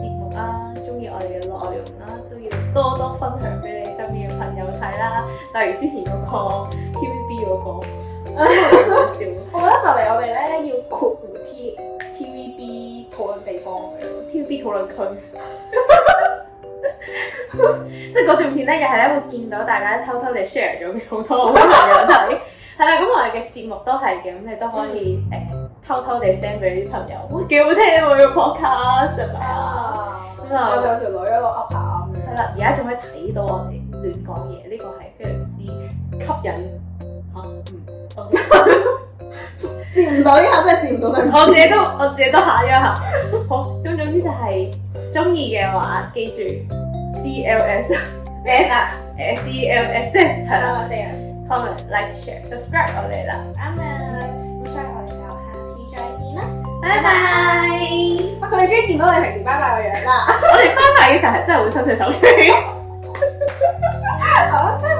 Speaker 3: 節目啦，中意我哋嘅內容啦，都要多多分享俾你身邊嘅朋友睇啦。例如之前嗰個 TVB 嗰、個， 好笑。
Speaker 2: 我覺得就嚟我哋咧要括弧 T TVB 討論地方咁樣
Speaker 3: TVB 討論區，即係嗰段片咧，又係咧會見到大家偷偷地 share 咗俾好多好朋友睇。係啦，咁我哋嘅節目都係嘅，咁你都可以誒、偷偷地 send 俾啲朋友，哇幾好聽喎個 podcast 係咪啊？
Speaker 2: 啊，
Speaker 3: 咁啊
Speaker 2: 有兩條女喺度噏下咁樣
Speaker 3: 係。啦，而家仲可以睇到我哋亂講嘢，呢、個係非常之吸引嚇、嗯
Speaker 2: 接唔到呢下真係接唔到對方。
Speaker 3: 我自己都我自己都下一 下。好，咁總之就係中意嘅話，記住 CLS S 啊 C L S S 係啦
Speaker 2: 啊，四人
Speaker 3: ，comment like share subscribe 我哋啦，
Speaker 2: 啱啊！咁所以我哋就下次再見啦。
Speaker 3: 拜拜。
Speaker 2: 哇！佢哋終於見到你平時拜拜個樣啦。
Speaker 3: 我哋翻嚟嘅時候係真係會伸隻手出嚟。
Speaker 2: 好，拜拜。